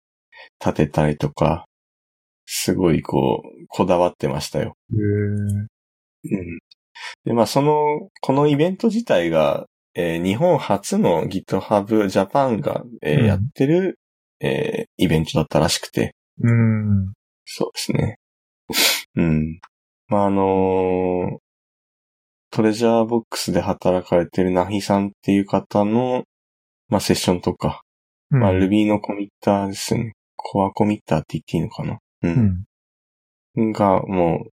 A: 立てたりとか、すごいこう、こだわってましたよ。
B: えー
A: うんで、まあ、その、このイベント自体が、えー日本初の GitHub Japan が、えー
B: うん
A: やってる、えーイベントだったらしくて。
B: うん。
A: そうですね。 *laughs* うん。まあ、あのートレジャーボックスで働かれてるナヒさんっていう方の、まあ、セッションとか、まあ、
B: うん
A: Ruby のコミッターですね。コアコミッターって言っていいのかなうん。
B: うん。
A: が、もう、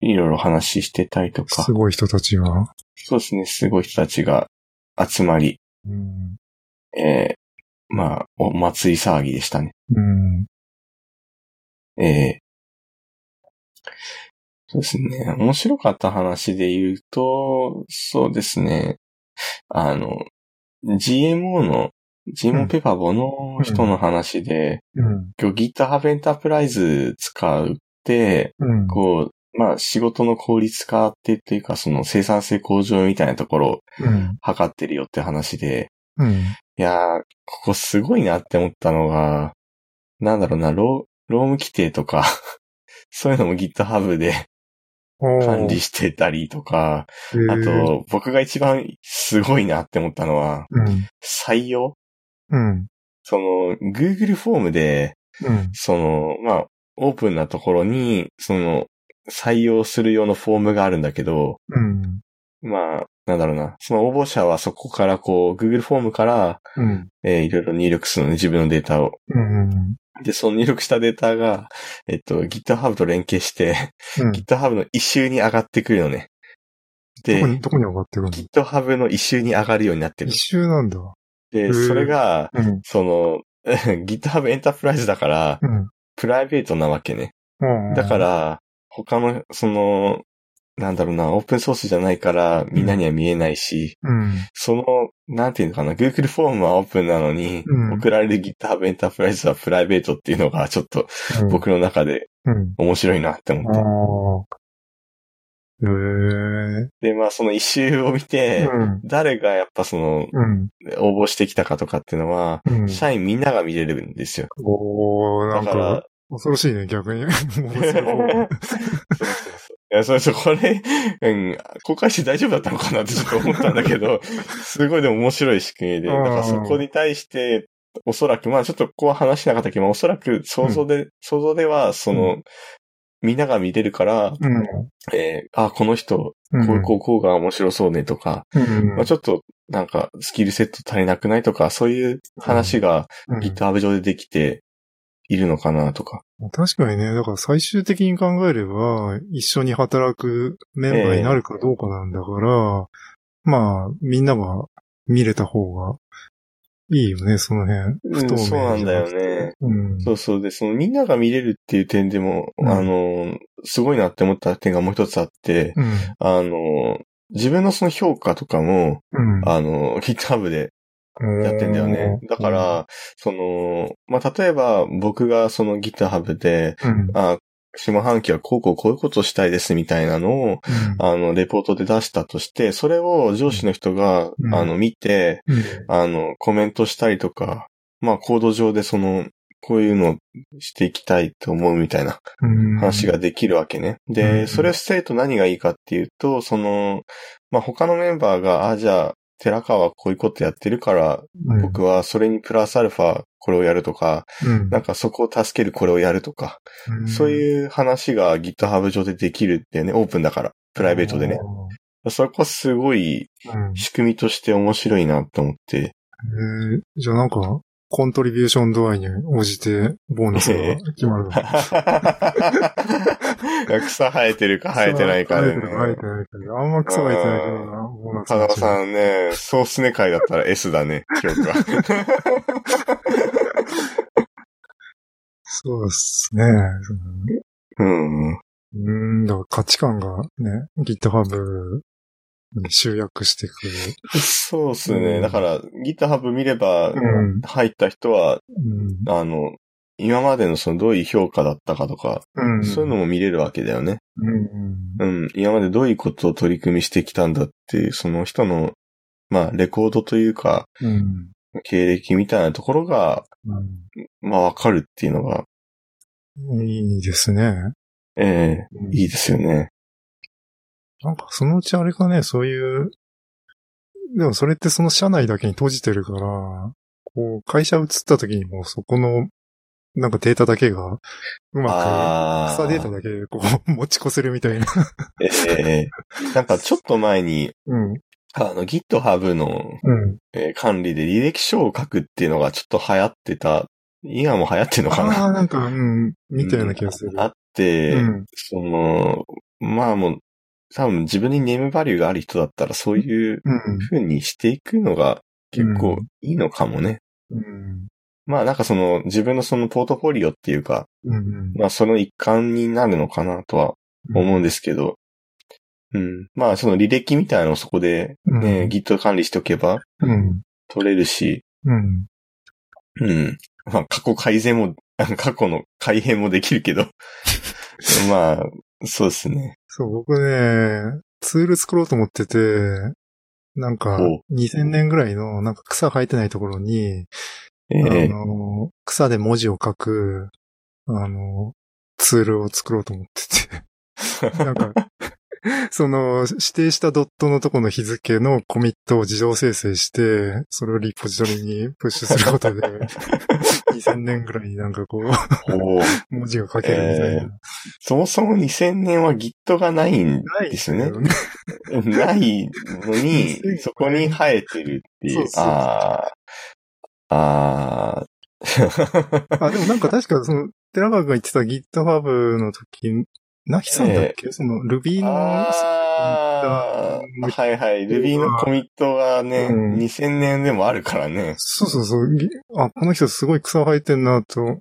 A: いろいろ話してたりとか
B: す。ごい人たちが。
A: そうですね、すごい人たちが集まり、
B: うん。
A: えー、まあ、お祭り騒ぎでしたね。
B: うん。
A: えー、そうですね、面白かった話で言うと、そうですね、あの、GMO の、
B: う
A: GMO
B: ん
A: ペパボの人の話で、
B: うん。
A: 今日 GitHub エンタープライズ使うって、
B: うん。
A: こう、まあ仕事の効率化ってというかその生産性向上みたいなところを
B: うん。
A: 測ってるよって話で、
B: うん。
A: いやー、ここすごいなって思ったのが、なんだろうな、労、労務規定とか、 *laughs* そういうのも GitHub で
B: おー
A: 管理してたりとか、
B: えー
A: あと、僕が一番すごいなって思ったのは、
B: うん。
A: 採用
B: うん。
A: その、Google フォームで、
B: うん。
A: その、まあ、オープンなところに、その、採用する用のフォームがあるんだけど、
B: うん。
A: まあ、なんだろうな、その応募者はそこからこう、Google フォームから、
B: うん。
A: えーいろいろ入力するのね、自分のデータを。
B: うん。
A: で、その入力したデータが、えっと、GitHub と連携して、
B: うん。
A: GitHub の一周に上がってくるのね。
B: ど
A: で
B: こ、に、どこに上がってくるの
A: GitHub の一周に上がるようになってる
B: 一。周なんだ。
A: で、
B: ー
A: それが、
B: うん。
A: その、GitHub エンタープライズだから、
B: うん
A: プライベートなわけね。
B: うん。
A: だから、他の、その、なんだろうな、オープンソースじゃないから、みんなには見えないし、
B: うん。
A: その、なんていうのかな、Google フォームはオープンなのに、
B: うん
A: 送られる GitHub エンタープライズはプライベートっていうのが、ちょっと
B: うん。
A: 僕の中で
B: うん。
A: 面白いなって思
B: あ
A: っ
B: あ。えー
A: て。で、まあその一周を見て、
B: うん。
A: 誰がやっぱその、
B: うん。
A: 応募してきたかとかっていうのは、
B: うん。
A: 社員みんなが見れるんですよ。
B: おー、な
A: だ
B: ん
A: か、、
B: から恐ろしいね、逆に。もうすご
A: そ
B: い
A: うそうそういや、そうそう、これ、うん、公開して大丈夫だったのかなってちょっと思ったんだけ
B: *laughs*
A: ど、すごいでも面白い仕組みで、
B: うん
A: なんかそこに対して、おそらく、まあちょっとここは話しなかったけど、まあおそらく想像で、想像では、その、みんなが見れるから、えーあ、この人、こ
B: うん。
A: う、こう、こうが面白そうねとか、
B: うん。
A: まあちょっと、なんか、スキルセット足りなくないとか、そういう話が
B: うん
A: GitHub 上でできているのかなとか。
B: 確かにね、だから最終的に考えれば、一緒に働くメンバーになるかどうかなんだから、まあ、みんなが見れた方がいいよね、その辺。
A: うん
B: 不透明
A: そうなんだよ
B: じゃな
A: ね
B: くて。うん。
A: そうそう。で、そのみんなが見れるっていう点でも、
B: うん
A: あの、すごいなって思った点がもう一つあって、
B: うん。
A: あの、自分のその評価とかも、
B: うん。
A: あの、GitHub でやってんだよね。だか、ら、その、まあ、例えば僕がその GitHub で、
B: うん。
A: あ、下半期はこうこうこういうことしたいですみたいなのを、
B: う
A: あの、レポートで出したとして、それを上司の人が、
B: うん
A: あの、見て、
B: ん。
A: あの、コメントしたりとか、まあ、コード上でその、こういうのしていきたいと思うみたいな
B: うん
A: 話ができるわけね。で、
B: うん
A: それをしてると何がいいかっていうと、その、まあ、他のメンバーが、あ、じゃあ、寺川はこういうことやってるから、僕はそれにプラスアルファこれをやるとか、
B: うん、
A: なんかそこを助けるこれをやるとか、そう
B: うん、
A: いう話が GitHub 上でできるっていうね、オープンだから、プ
B: プ
A: ライベートでね。そこすごい
B: うん。
A: 仕組みとして面白いなと思
B: *laughs*
A: って。
B: えーじゃあなんか、コントリビューション度合いに応じて、ボーナ
A: *laughs*
B: スが決まるの。
A: 草生えてるか生えてないか
B: 生え
A: で
B: て
A: ね
B: る。生えてないかであんま草生えてないけどな、ボーナス
A: 田
B: の
A: 中
B: 一部
A: さんね、ソースネ会だったら S だね、評
B: *laughs*
A: 価。
B: そうですね。その
A: うん。
B: うーん、だから価値観がね、GitHub に集約していく。
A: そうっすね。だから、GitHub 見れば、
B: ん。
A: 入った人は、
B: うん。
A: あの、今までのそのどういう評価だったかとか、
B: うん。
A: そういうのも見れるわけだよね。
B: うん。
A: うん。今までどういうことを取り組みしてきたんだっていう、その人の、まあ、レコードというか、
B: うん。
A: 経歴みたいなところが、まあ、わかるっていうのが、
B: うん。いいですね。
A: ええ
B: うん
A: いいですよね。
B: なんかそのうちあれかね、そういう、でもそれってその社内だけに閉じてるから、こう、会社移った時にもうそこの、なんかデータだけが、うまく、
A: あ
B: 草データだけこう持ち越せるみたいな。
A: ええなんかちょっと前に、
B: うん。う
A: あの、GitHub の、
B: ん。
A: えー管理で履歴書を書くっていうのがちょっと流行ってた、今も流行ってんのか
B: あ
A: な
B: あ、なんか、うん、見たような気がする。
A: あって、
B: うん。
A: その、まあもう、多分自分にネームバリューがある人だったらそういう
B: うん。
A: 風にしていくのが結構いいのかもね。
B: うん。
A: まあなんかその自分のそのポートフォリオっていうか、
B: うん。
A: まあその一環になるのかなとは思うんですけど、うん。まあその履歴みたいなのをそこで
B: うん。
A: ね、Git 管理しておけば
B: うん。
A: 取れるし、
B: うん。
A: うん。まあ過去改善も、 *laughs* あの過去の改変もできるけ
B: *laughs*
A: ど、まあ、そうですね。
B: そう、僕ね、ツール作ろうと思ってて、なんか
A: お、
B: 2000年ぐらいの、なんか草生えてないところに、
A: え
B: あ
A: え
B: の、草で文字を書く、あの、ツールを作ろうと思って
A: *laughs*
B: て。なんか、その、指定したドットのとこの日付のコミットを自動生成して、それをリポジトリにプッシュするこ
A: *laughs*
B: とで、2000年ぐらいになんかこう、
A: おー
B: 文字が書けるみたいな。
A: えそもそも2000年は Git がないん
B: ない
A: で
B: ですす
A: ね
B: よ。ね。
A: ないのに、
B: *laughs*
A: そこに生えてるってい
B: そうう。そう
A: ああ。ああ。
B: あ、でもなんか確かその、寺川が言ってた GitHub の時、ナヒさんだっけ、その Ruby の、
A: ああ。はいはい。Ruby のコミットがね、
B: うん
A: 2000年でもあるからね。
B: そうそうそう。ぎあ、この人すごい草生えてんなと、はい、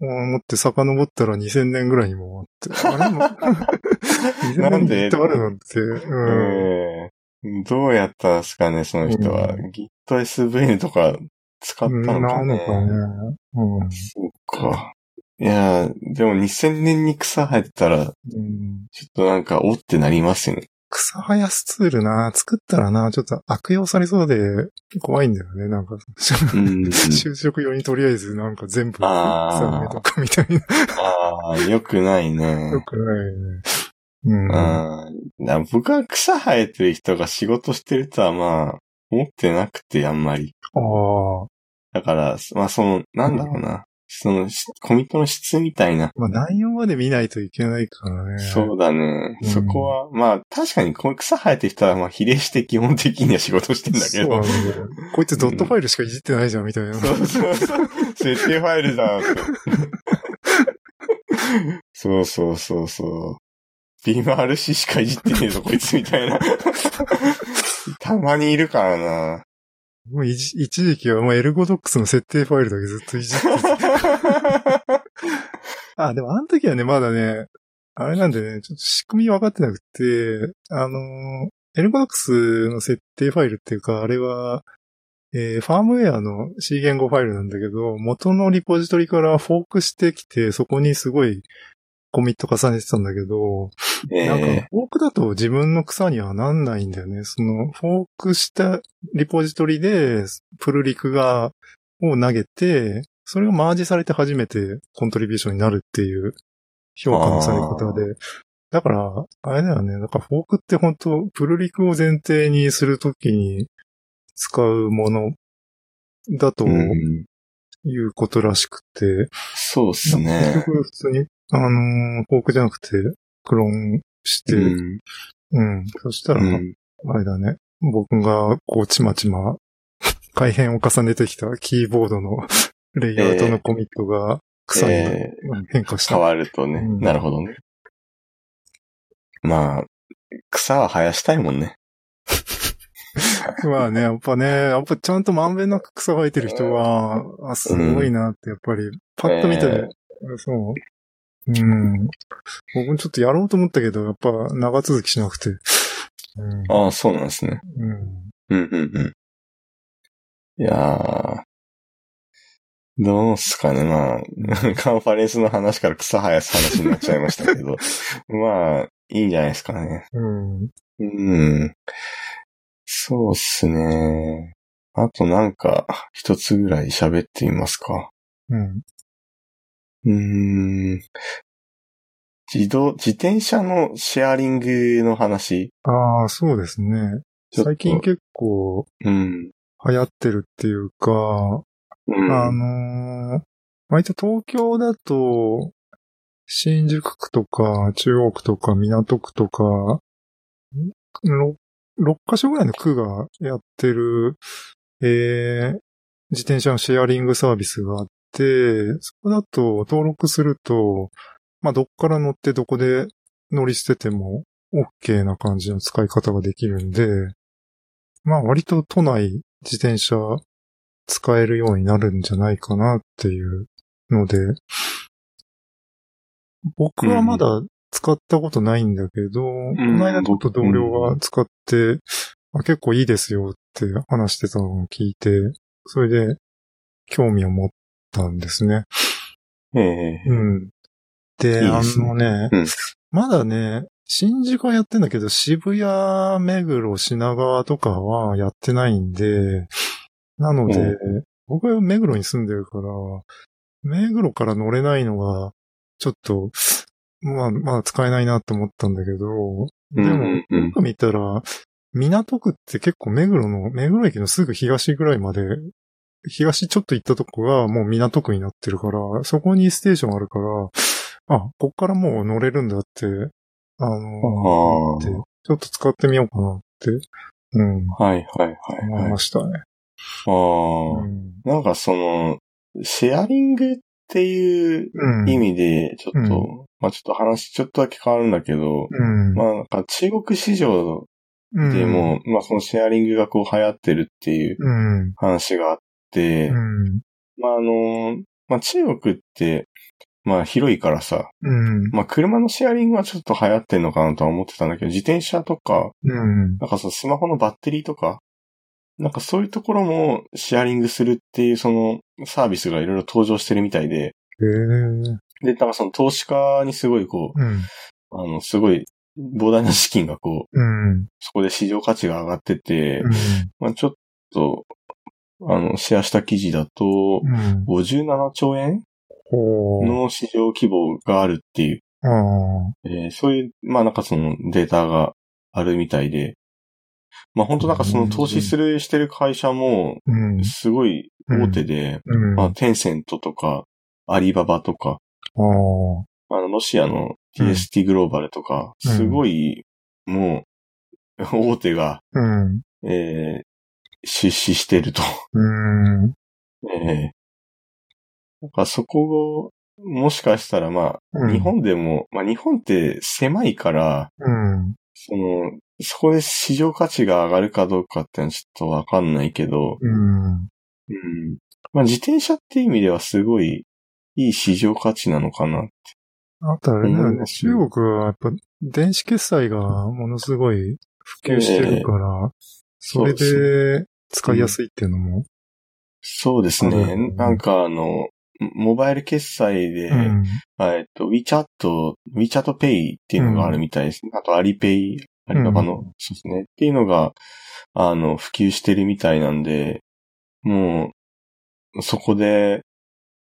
B: 思って遡ったら2000年ぐらいにもあって。あれも2000
A: な
B: 年
A: ん
B: に
A: で
B: ずっとあるのって。うん。
A: ええどうやったんですかね、その人は。
B: う
A: Git SV とか使ったの
B: な
A: か
B: の
A: ね。
B: かね。うん
A: そうか。いやーでも2000年に草生えてたら、
B: うん。 *laughs*
A: ちょっとなんか、おってなりますよね。
B: 草生やすツールな、作ったらな、ちょっと悪用されそうで怖いんだよね、なん
A: う
B: か。
A: ん。
B: 就職用にとりあえずなんか全部、
A: あー
B: 3名とかみたいな。
A: ああ、良くないね。
B: よくないね。うん。
A: うん。な僕は草生えてる人が仕事してるとはまあ、思ってなくてあんまり。
B: ああ。
A: だから、まあその、なんだろうな。その、しコミットの質みたいな。
B: まあ内容まで見ないといけないからね。
A: そうだね。
B: うん
A: そこは、まあ確かにこう草生えてる人はまあ比例して基本的には仕事してんだけ
B: そう
A: ど。
B: なんだよこいつドットファイルしかいじってないじゃん、みたいな。
A: そうそうそう。設定ファイルだって。そうそうそうそう。BMRC しかいじってねえぞ、こいつみたいな。たまにいるからな。
B: もういじ一時期はもうエルゴドックスの設定ファイルだけずっといじって。
A: *laughs*
B: あ、でもあの時はね、まだね、あれなんでね、ちょっと仕組み分かってなくて、あのー、エルゴドックスの設定ファイルっていうか、あれは、えーファームウェアの C 言語ファイルなんだけど、元のリポジトリからフォークしてきて、そこにすごいコミット重ねてたんだけど、
A: え
B: なんか
A: え、
B: フォークだと自分の草にはなんないんだよね。その、フォークしたリポジトリで、プルリクが、を投げて、それがマージされて初めてコントリビューションになるっていう評価のされ方で。だから、あれだよね。なんかフォークって本当プルリクを前提にするときに使うものだとい
A: うん
B: うことらしくて。
A: そうっす
B: 結
A: ね。
B: 局普通に、あのーフォークじゃなくて、クローンして、
A: うん
B: うん。そしたら、
A: うん
B: あれだね。僕が、こう、ちまちま、 *laughs* 改変を重ねてきたキーボードの *laughs* レイアウトのコミットが草に
A: え
B: 変化し
A: 変
B: た。
A: わるとね。
B: うん
A: なるほどね。まあ、草は生やしたいもんね。
B: まあね、やっぱね、やっぱちゃんとまんべんなく草生えてる人は、あ、すごいなって、やっぱり、パッと見たら、
A: え
B: そう。うん。僕もちょっとやろうと思ったけど、やっぱ長続きしなくて。うん。
A: ああ、そうなんですね。
B: うん
A: うんうんうん。いやー。どうすかね、まあ、 *laughs* カンファレンスの話から草生やす話になっちゃいましたけ *laughs* ど。まあ、いいんじゃないですかね。
B: うん。
A: うん。そうっすね。あとなんか、一つぐらい喋ってみますか。
B: うん。
A: うーん。自動、自転車のシェアリングの話。
B: ああ、そうですね。
A: ちょっと
B: 最近結構、
A: うん。
B: 流行ってるっていうか、
A: うん。
B: あのー、割と東京だと、新宿区とか、中央区とか、港区とか、6, カ所ぐらいの区がやってる、えー、自転車のシェアリングサービスがあって、そこだと登録すると、まあ、どっから乗ってどこで乗り捨てても OK な感じの使い方ができるんで、まあ割と都内自転車使えるようになるんじゃないかなっていうので、僕はまだ使ったことないんだけど、この間ちょっと同僚が使って、あ結構いいですよって話してたのを聞いて、それで興味を持ったんですね。
A: ええ
B: うん。で、
A: いいですね
B: あのね、
A: うん
B: まだね、新宿はやってんだけど、渋谷、目黒、品川とかはやってないんで、なので、
A: う
B: 僕は目黒に住んでるから、目黒から乗れないのが、ちょっと、まあ、まあ使えないなと思ったんだけど、
A: うん
B: でも、
A: うんうん
B: よく見たら、港区って結構目黒の、目黒駅のすぐ東ぐらいまで、東ちょっと行ったとこがもう港区になってるから、そこにステーションあるから、あ、こっからもう乗れるんだって、あの、思って
A: あ
B: ちょっと使ってみようかなって、うん、
A: はいはいはい、
B: 思い
A: はい。
B: ましたね。
A: ああ、
B: うん
A: なんかその、シェアリングっていう
B: うん。
A: 意味で、ちょっと、
B: う
A: まあちょっと話ちょっとだけ変わるんだけど、
B: うん。
A: まあなんか中国市場
B: うん、
A: でも、まあそのシェアリングがこう流行ってるっていう
B: うん、
A: 話があって、
B: うん、
A: まああの、まあ中国って、まあ広いからさ、
B: うん、
A: まあ車のシェアリングはちょっと流行ってんのかなとは思ってたんだけど、自転車とか、
B: うん、
A: なんかそのスマホのバッテリーとか、なんかそういうところもシェアリングするっていうそのサービスがいろいろ登場してるみたいで、
B: へえ、
A: で、なんかその投資家にすごいこ
B: うん、
A: う、あの、すごい膨大な資金がこう、
B: うん。
A: そこで市場価値が上がってて、
B: うん。
A: まあちょっと、あの、シェアした記事だと、
B: うん。
A: 57兆円
B: ほう。
A: の市場規模があるっていう、
B: ああ。
A: えーそういう、まあなんかそのデータがあるみたいで、まあ本当なんかその投資する、してる会社も、
B: うん。
A: すごい大手で、
B: うん。
A: ま
B: あ
A: あテンセントとか、アリババとか、
B: あ。
A: あの、ロシアの
B: うん
A: TST グローバルとか、
B: うん
A: すごい、もう、大手が、
B: うん。
A: えー出資してると。
B: うん。
A: えーなんかそこを、もしかしたらま
B: う
A: あ、
B: ん
A: 日本でも、まあ日本って狭いから、
B: うん。
A: その、そこで市場価値が上がるかどうかってのはちょっとわかんないけど、
B: うん。
A: うん。まあ自転車っていう意味ではすごい、いい市場価値なのかな。
B: あとあれだよ
A: 思い
B: ね、
A: ます
B: 中国はやっぱ電子決済がものすごい普及してるから、それ
A: そう
B: で使いやすいっていうのも。
A: そうです
B: ある
A: ね。
B: よね
A: なんかあの、モバイル決済で、
B: うん。
A: あえっと、WeChat、WeChat Pay っていうのがあるみたいですね。あと、アリペイ、アリババの、
B: う
A: そうですね。っていうのが、あの、普及してるみたいなんで、もう、そこで、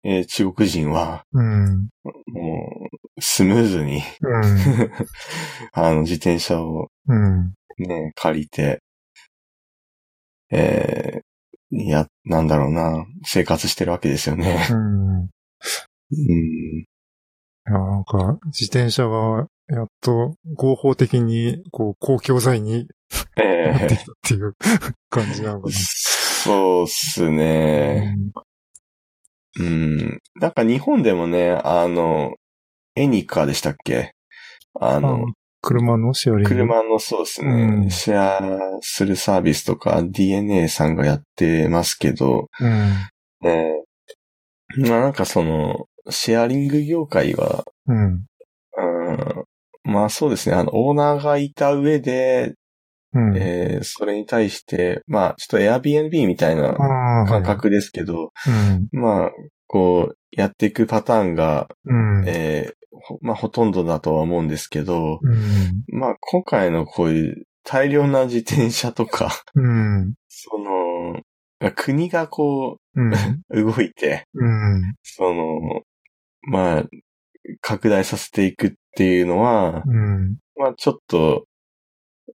A: えー中国人は、
B: うん。
A: もう、スムーズに、 *laughs*
B: うん。
A: あの、自転車を
B: うん。
A: ね、借りて、えー、いや、なんだろうな、生活してるわけですよね。
B: うん。
A: うん。
B: いや、なんか、自転車が、やっと合法的に、こう、公共財に
A: え
B: なって
A: ー
B: きたっ
A: *laughs*
B: ていう感じなのか
A: そうっす
B: な。
A: ね。うん。なんか日本でもね、あの、エニカでしたっけあ
B: あ
A: の、
B: 車のシェアリング。
A: 車のそうですね、
B: うん
A: シェアするサービスとか DNA さんがやってますけど、ね、まあなんかその、シェアリング業界は、
B: うん。うん。
A: うん、まあそうですね、あの、オーナーがいた上で、
B: うん。
A: えーそれに対して、まあちょっと Airbnb みたいな
B: ああ、
A: 感覚ですけど、
B: はい。
A: まあ、こう、やっていくパターンが
B: うん。うん。
A: えーほまあ、ほとんどだとは思うんですけど、
B: うん。
A: まあ、今回のこういう大量な自転車とか、 *laughs*
B: うん。
A: その、国がこ
B: うん。
A: う、動いて、
B: うん。
A: その、まあ、拡大させていくっていうのは、
B: うん。
A: まあ、ちょっと、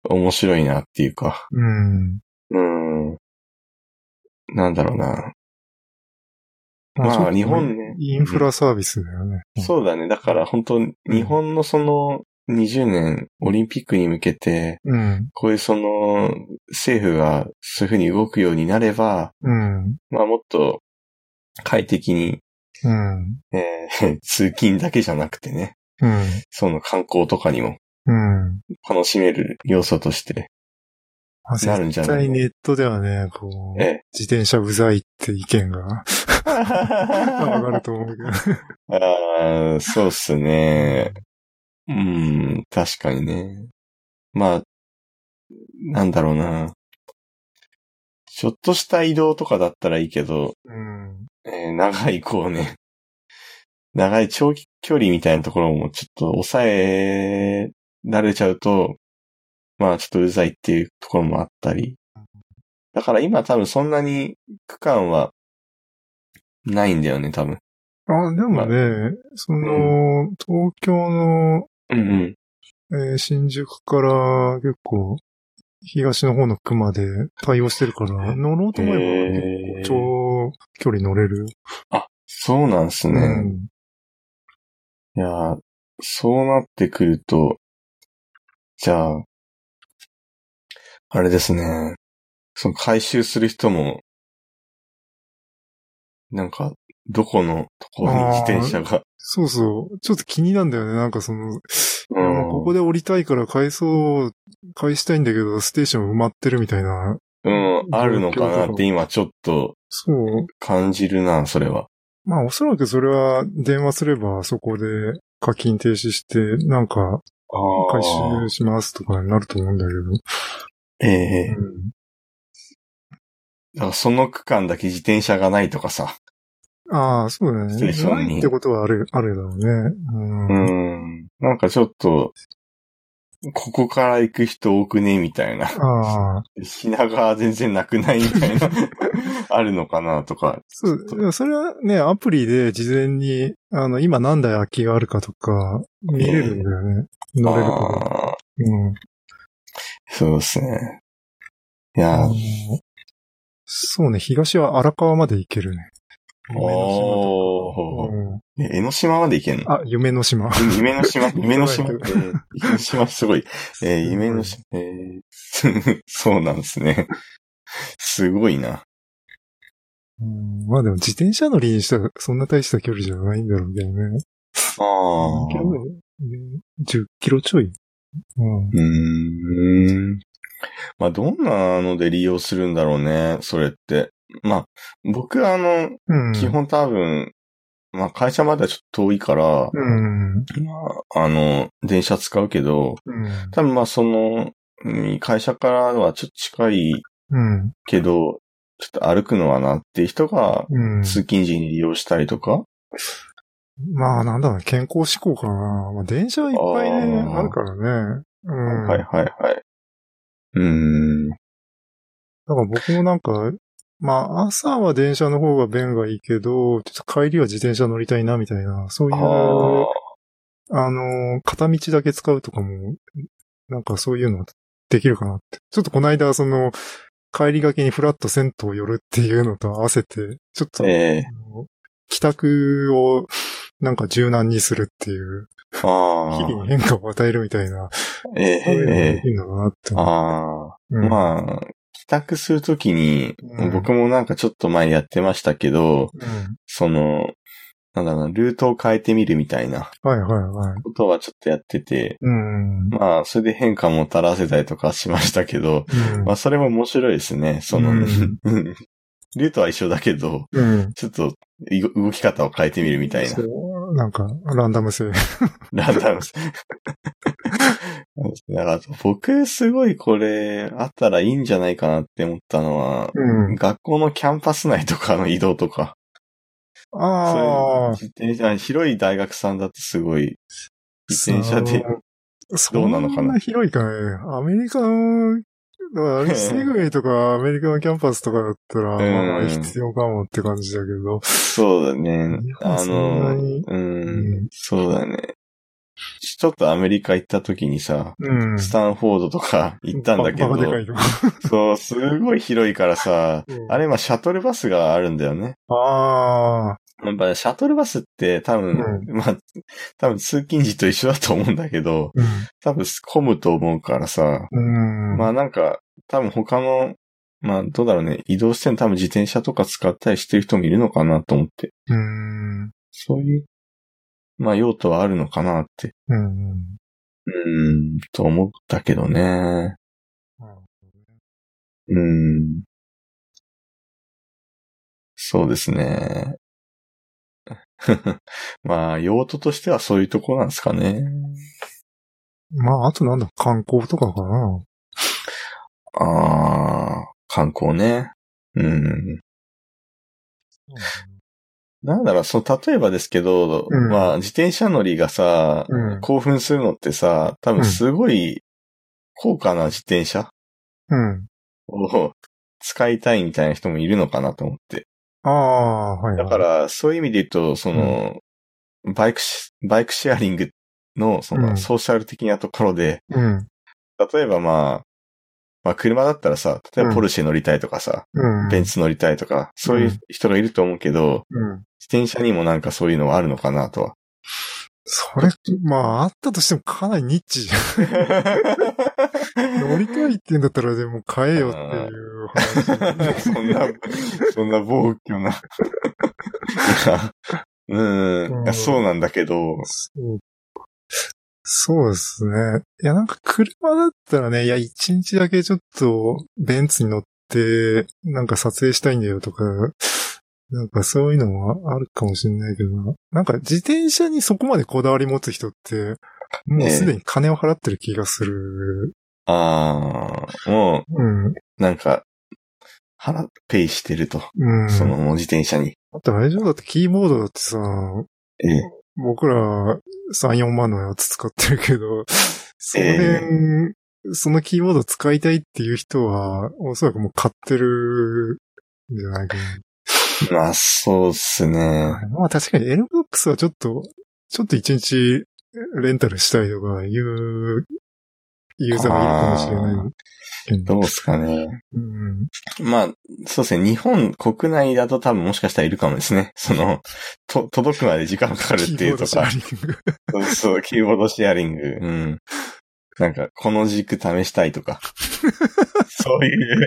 A: 面白いなっていうか、
B: うん。
A: うん。なんだろうな。まあ
B: ちょっと
A: 日本ね
B: インフラサービスだよね。
A: そうだね。だから本当、日本のその20年オリンピックに向けて、
B: うん。
A: こういうその、政府がそういうふうに動くようになれば、
B: うん。
A: まあもっと快適に、
B: うん。
A: えー *laughs* 通勤だけじゃなくてね、
B: うん。
A: その観光とかにも
B: うん。
A: 楽しめる要素として、
B: まあ
A: なるんじゃない
B: 絶対ネットではね、こう、
A: ええ。
B: *laughs* 自転車うざいって意見が上が
A: あ
B: ると思うけど。
A: ーそうっすね。うん、確かにね。まあ、なんだろうな。ちょっとした移動とかだったらいいけど、
B: うん。
A: えー長いこうね、 *laughs* 長い長距離みたいなところもちょっと抑えられちゃうと、まあちょっとうざいっていうところもあったり。だから今多分そんなに区間はないんだよね、多分。
B: あ、でもね、その、東京の、
A: うんうん。
B: えー新宿から結構、東の方の区まで対応してるから、乗ろうと思えば
A: へー
B: 結構長距離乗れるよ。
A: そうなんすね。
B: うん。
A: いやーそうなってくると、じゃあ、あれですね。その回収する人も、なんか、どこのところに自転車が、
B: そうそう。ちょっと気になんだよね。なんかその、いやもうここで降りたいから返そう、返したいんだけど、ステーション埋まってるみたいな。
A: うん、あるのかなって今ちょっと
B: そう。
A: 感じるな、それは。
B: まあおそらくそれは電話すればそこで課金停止して、なんか
A: あ
B: 回収しますとかになると思うんだけど。
A: ええ
B: うん
A: だからその区間だけ自転車がないとかさ。
B: ああ、そうだね。
A: ステーションに
B: ないってことはある、あるだろうね。う。
A: うんん。なんかちょっと、ここから行く人多くねみたいな。
B: ああ。
A: 品が全然なくないみたいな、あるのかなとか。
B: そう、でもそれはね、アプリで事前に、あの、今何台空きがあるかとか、見れるんだよね。乗れるか
A: あー
B: ら。うん。
A: そうですね。いや
B: あ
A: ー
B: の、そうね、東は荒川まで行けるね。夢の島
A: おー。
B: と
A: え江ノ島まで行けんの
B: か。うんあ、夢の島。
A: 夢の島、夢の島、え
B: 行か
A: ー夢の島すごい。えー夢の島、えー *laughs* そうなんですね。すごいな。
B: うんまあでも自転車乗りにしたらそんな大した距離じゃないんだろうけどね。
A: ああ
B: 何キロぐらいね10キロちょい。うん。
A: うーん。まあ、どんなので利用するんだろうね、それって。まあ、僕はあの、
B: うん。
A: 基。本多分、まあ、会社まではちょっと遠いから、
B: うん。うん。
A: まあ、あの、電車使うけど、多分まあ、その、うん会社からはちょっと近い
B: うん。
A: けど、ちょっと歩くのはなって人が
B: うん。
A: 通勤時に利用したりとか、
B: まあなんだろうね、健康志向かな。まあ電車はいっぱいね、
A: あー
B: あるからね。うん。
A: はいはいはい。うーん。
B: だから僕もなんか、まあ朝は電車の方が便がいいけど、ちょっと帰りは自転車乗りたいなみたいな、そういう、
A: あ
B: あ
A: あ、
B: の、片道だけ使うとかも、なんかそういうのできるかなって。ちょっとこの間、その、帰りがけにフラッと銭湯寄るっていうのと合わせて、ちょっと、
A: ええ
B: あの帰宅をなんか柔軟にするっていう、
A: あ
B: 日々に変化を与えるみたいな、
A: あ、え
B: そういうのがで
A: え
B: きるのかなって。
A: ああ。
B: うん
A: まあ、帰宅するときに、
B: うん
A: 僕もなんかちょっと前やってましたけど、
B: うん
A: その、なんだろうな、ルートを変えてみるみたいな
B: はいはいはい。
A: ことはちょっとやってて、
B: うん。
A: まあ、それで変化もたらせたりとかしましたけど、
B: うん
A: まあ、それも面白いですね。その、
B: うん
A: ルートは一緒だけど、
B: うん。
A: ちょっとい動き方を変えてみるみたいな
B: そ。う、なんか、ランダム性。
A: ランダムです。だから僕すごいこれあったらいいんじゃないかなって思ったのは、
B: うん。
A: 学校のキャンパス内とかの移動とか、
B: ああ。
A: 自転車、広い大学さんだとすごい、自転車で、
B: そう
A: どうなのかな
B: そんな広いかね。アメリカ
A: *laughs*
B: の、だからあれ、セグウェイとかアメリカのキャンパスとかだったら、ま
A: う
B: あ
A: ん
B: 必要かもって感じだけど。
A: そうだね
B: 日。本
A: あ
B: そんな
A: の、
B: に
A: うん、そうだね。ちょっとアメリカ行った時にさ、
B: うん。
A: スタンフォードとか行ったんだけ
B: バ
A: ど
B: バ、カでかいとか。
A: そう、すごい広いからさ、あ
B: れ
A: れ、まあ、シャトルバスがあるんだよね。
B: ああ。
A: やっぱシャトルバスって多分、まあ、多分通勤時と一緒だと思うんだけど、
B: う
A: 多分混むと思うからさ、
B: ん。うん。
A: まあなんか、多分他の、まあどうだろうね、移動して多分自転車とか使ったりしてる人もいるのかなと思って、
B: うん。
A: そういう、まあ用途はあるのかなって、
B: うん。
A: うん、と思ったけどね。うん。そうですね。 *laughs* まあ、用途としてはそういうとこなんですかね。
B: まあ、あとなんだ、観光とかかな。
A: ああ、観光ね。うん。なんだろう、その、例えばですけど、
B: うん
A: まあ、自転車乗りがさ、
B: うん
A: 興奮するのってさ、多分すごい高価な自転車
B: うん。
A: を *laughs* 使いたいみたいな人もいるのかなと思って。
B: ああ、はい、は
A: だ
B: い。
A: から、そういう意味で言うと、その、バイクシ、バイクシェアリングの、そうの、
B: ん
A: ソーシャル的なところで、
B: うん。
A: 例えばまあ、まあ、車だったらさ、例えばポルシェ乗りたいとかさ、
B: うん。
A: ベンツ乗りたいとか、そういう人がいると思うけど、
B: うん。
A: 自転車にもなんかそういうのはあるのかなと
B: *laughs*
A: は。
B: それ、まあ、あったとしてもかなりニッチじゃん。乗りたいって言うんだったら、でも買えよっていう
A: *laughs*
B: 話。
A: そんな、そんな暴挙な。い *laughs* やうん、いやそうなんだけど、
B: そう。そうですね。いや、なんか車だったらね、いや、一日だけちょっと、ベンツに乗って、なんか撮影したいんだよとか、なんかそういうのもあるかもしれないけどな、なんか自転車にそこまでこだわり持つ人って、もうすでに金を払ってる気がする。
A: ああ、も
B: うん。
A: う、なんか、腹ペイしてると。
B: うん。
A: その、もう自転車に。
B: あと、あれじゃんだってキーボードだってさ、
A: ええ *laughs*
B: 僕ら3、4万のやつ使ってるけど、その辺、そのキーボード使いたいっていう人は、おそらくもう買ってるんじゃないかな。
A: まあ、そうっすね。
B: まあ確かに NBOX はちょっと、ちょっと一日レンタルしたいとかいうユーザーがいるかもしれないけど。
A: どうっすかね。
B: うん。
A: まあ、そうですね。日本国内だと多分もしかしたらいるかもですね。その、と、届くまで時間かかるっていうと
B: キ
A: か
B: ーボー。ドシェアリング
A: そうそう、キーボードシェアリング。うん。なんか、この軸試したいとか。 *laughs* そういう、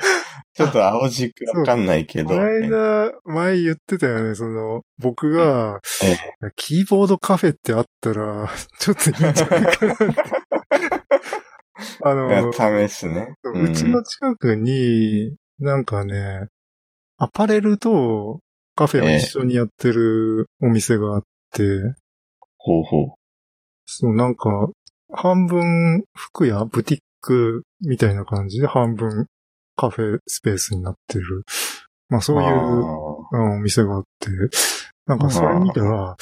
A: ちょっと青軸わかんないけど。
B: この間、前言ってたよね、その、僕が
A: ええ、
B: キーボードカフェってあったら、 *laughs* ちょっといいんじゃないかなって。あ
A: いや
B: の、
A: 試すね。
B: うちの近くに、なんかね、アパレルとカフェを一緒にやってるお店があって、
A: 方法。
B: そう、なんか、半分服やブティックみたいな感じで、半分カフェスペースになってる。まあそういううんお店があって、なんかそれ見たら、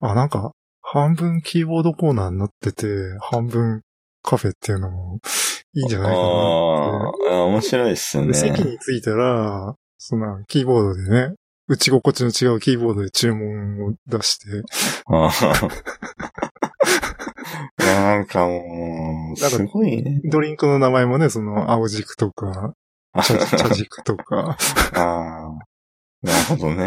B: あ、なんか、半分キーボードコーナーになってて、半分カフェっていうのもいいんじゃないかなっ
A: あーあー、面白いっす
B: て。
A: ね
B: で、。席に着いたら、そのキーボードでね、打ち心地の違うキーボードで注文を出して、
A: あーいやなんかもう、
B: なんか
A: すごいね。
B: ドリンクの名前もね、その青軸とか、
A: あ *laughs*
B: 茶茶軸とか、
A: あー、なるほどね。
B: うん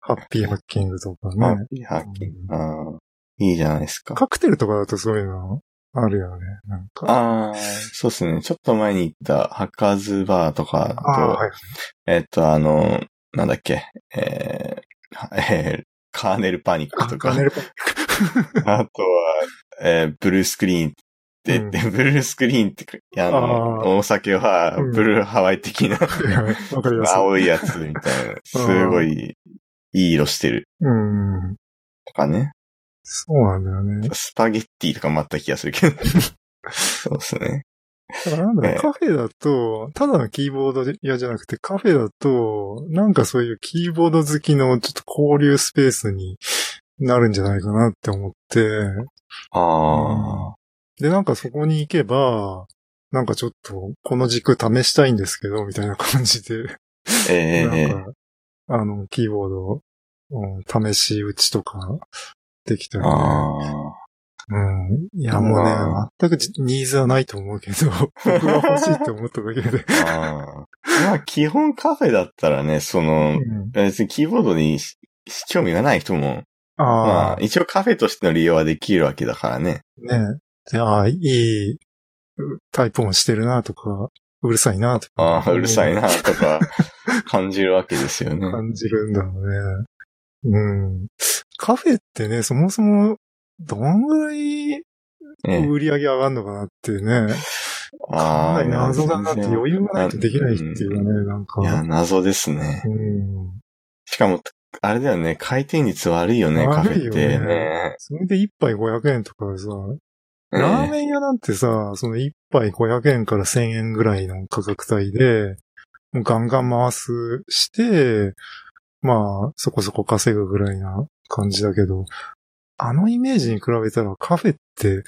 B: ハッピーハッキングとか
A: ハ *laughs*
B: ね。
A: ッピーハッキング。あーいいじゃないですか。
B: カクテルとかだとそういうのあるよね。なんか。
A: ああ、そうですね。ちょっと前に行ったハッカーズバーとかと、
B: あーはい。
A: えっと、あの、なんだっけ、えー *laughs* はえーカーネルパニックと
B: あ
A: か、
B: ガ
A: あ
B: ネルパ
A: とは、えーブルースクリーンって、
B: うん
A: でブルースクリーンって、あの
B: あ、ー
A: お酒は、
B: うん
A: ブルーハワイ的な、
B: はいはい *laughs* わかります。
A: 青いやつみたいな、すごい、いい色してる。
B: うん。
A: とかね。
B: そうなんだよね。
A: スパゲッティとかもあった気がするけ
B: *laughs*
A: ど。そうですね。
B: だからなんだろう
A: ええ
B: カフェだと、ただのキーボード屋じゃなくて、カフェだと、なんかそういうキーボード好きのちょっと交流スペースになるんじゃないかなって思って、
A: ああ、
B: で、なんかそこに行けば、なんかちょっと、この軸試したいんですけど、みたいな感じで、
A: ええ
B: なんか、あの、キーボード、うん、試し打ちとか、できたりね、
A: ああ。
B: うん。いや、もうね
A: う、
B: 全くじニーズはないと思う
A: *laughs*
B: けど、僕は欲しいって思っただけで。
A: あーまあ、基本カフェだったらね、その、
B: うん
A: 別にキーボードにし興味がない人も、ま
B: ああ
A: あ、、一応カフェとしての利用はできるわけだからね。
B: ねで、ああ、いいうタイプ音してるなとか、うるさいなとか
A: ああ、うるさいな、とか、感じるわけですよね。
B: 感じるんだろうね。うん。カフェってね、そもそも、どんぐらい
A: ええ
B: 売り上げ上がるのかなってね、か
A: あ
B: な
A: あ、
B: り謎だなって
A: 全然
B: 余裕がないとできないっていうね、なんか。
A: いや、謎ですね。
B: うん。
A: しかも、あれだよね、回転率悪いよね、カフ
B: 悪い
A: ェっ
B: よ
A: て
B: ね
A: ね。
B: それで一杯500円とかさ、ラー
A: ン
B: メン屋なんてさ、その一杯500円から1000円ぐらいの価格帯で、もうガンガン回すして、まあ、そこそこ稼ぐぐらいな感じだけど、あのイメージに比べたらカフェって、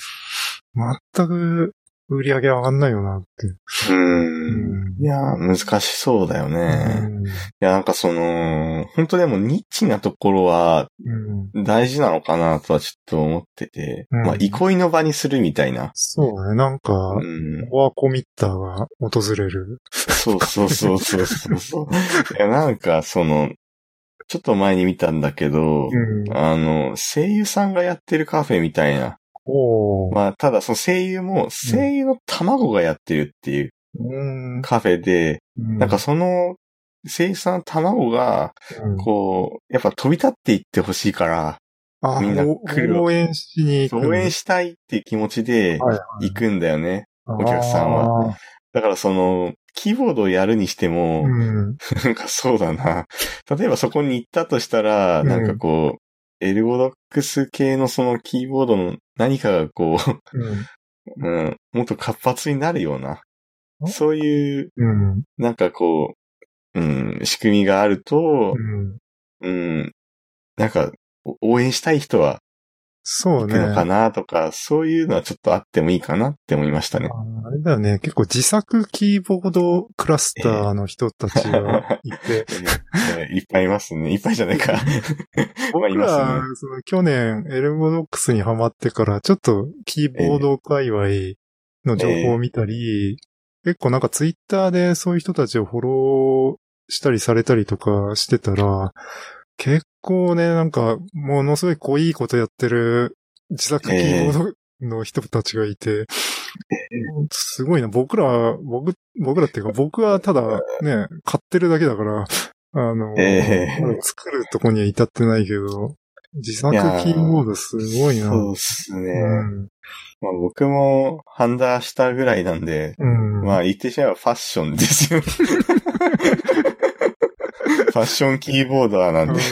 B: 全く売り上げ上がんないよなって。
A: うん。
B: うん
A: いや、難しそうだよね。いや、なんかその、本当でもニッチなところは
B: うんうん
A: 大事なのかなとはちょっと思ってて、
B: うん
A: まあ、憩いの場にするみたいな。
B: そうね、なんか、
A: うん、
B: コアコミッターが訪れる。
A: そうそうそうそうそう
B: *laughs*
A: そう。いや、なんかその、ちょっと前に見たんだけど、
B: うん。
A: あの、声優さんがやってるカフェみたいな。
B: おー。
A: まあ、ただその声優も、声優の卵がやってるっていう
B: うん
A: カフェで、なんか、その、声優さんの卵が、
B: うん
A: こう、やっぱ飛び立っていってほしいから、
B: あ
A: みんな
B: お
A: 来るわ
B: 応援しに行く。
A: 応援したいっていう気持ちで
B: はい
A: 行くんだよね。お客さんは
B: あ
A: だからその、キーボードをやるにして
B: ー。
A: も、
B: うん。
A: なんかそうだな。 *laughs* 例えばそこに行ったとしたら、
B: うん
A: なんかこう、エルゴドックス系のそのキーボードの何かがこ
B: うん
A: *laughs* う、うん、もっと活発になるような、
B: お
A: そういう、
B: うん。
A: なんかこう、うん、仕組みがあると
B: う、ん。
A: うん、なんか、お応援したい人は
B: そ
A: 行
B: うね。
A: くのか
B: あ
A: なとか、そういうのはちょっとあってもいいかなって思いましたね。
B: あれだよね。結構自作キーボードクラスターの人たちがい
A: *laughs*
B: て、
A: *laughs* いやいっぱいいますね。いっぱいじゃないか。僕はい
B: 僕
A: *laughs* ます
B: ら
A: ね。、
B: その去年、エルゴドックスにハマってから、ちょっとキーボード界隈の情報を見たり、結構なんかツイッターでそういう人たちをフォローしたりされたりとかしてたら、結構ね、なんか、ものすごい濃いことやってる自作キーボードの人たちがいて、すごいな、僕ら、僕、僕らっていうか、僕はただね、買ってるだけだから、あの、
A: ええ
B: まだ作るとこには至ってないけど、自作キーボードすごいな。
A: そうですね。
B: うん。
A: まあ、僕もハンダしたぐらいなんで、
B: うん。
A: まあ言ってしまえばファッションです
B: *laughs*
A: よ。ファッションキーボーダーなん
B: うん
A: で。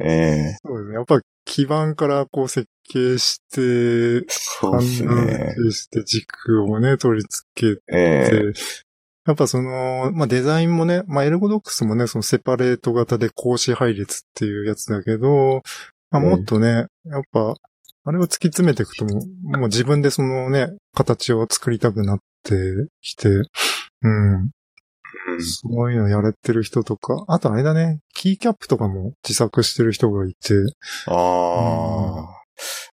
A: ええ
B: そうですね。やっぱ基盤からこう設計して、
A: そうです
B: 判断
A: ね。
B: 設計して軸をね、取り付けて、
A: ええ
B: やっぱその、まあ、デザインもね、まあ、エルゴドックスもね、そのセパレート型で格子配列っていうやつだけど、まあ、
A: うん
B: もっとね、やっぱ、あれを突き詰めていくともう、もう自分でそのね、形を作りたくなってきて、うん。
A: うん
B: そういうのやれてる人とか、あとあれだね、キーキャップとかも自作してる人がいて、
A: ああ。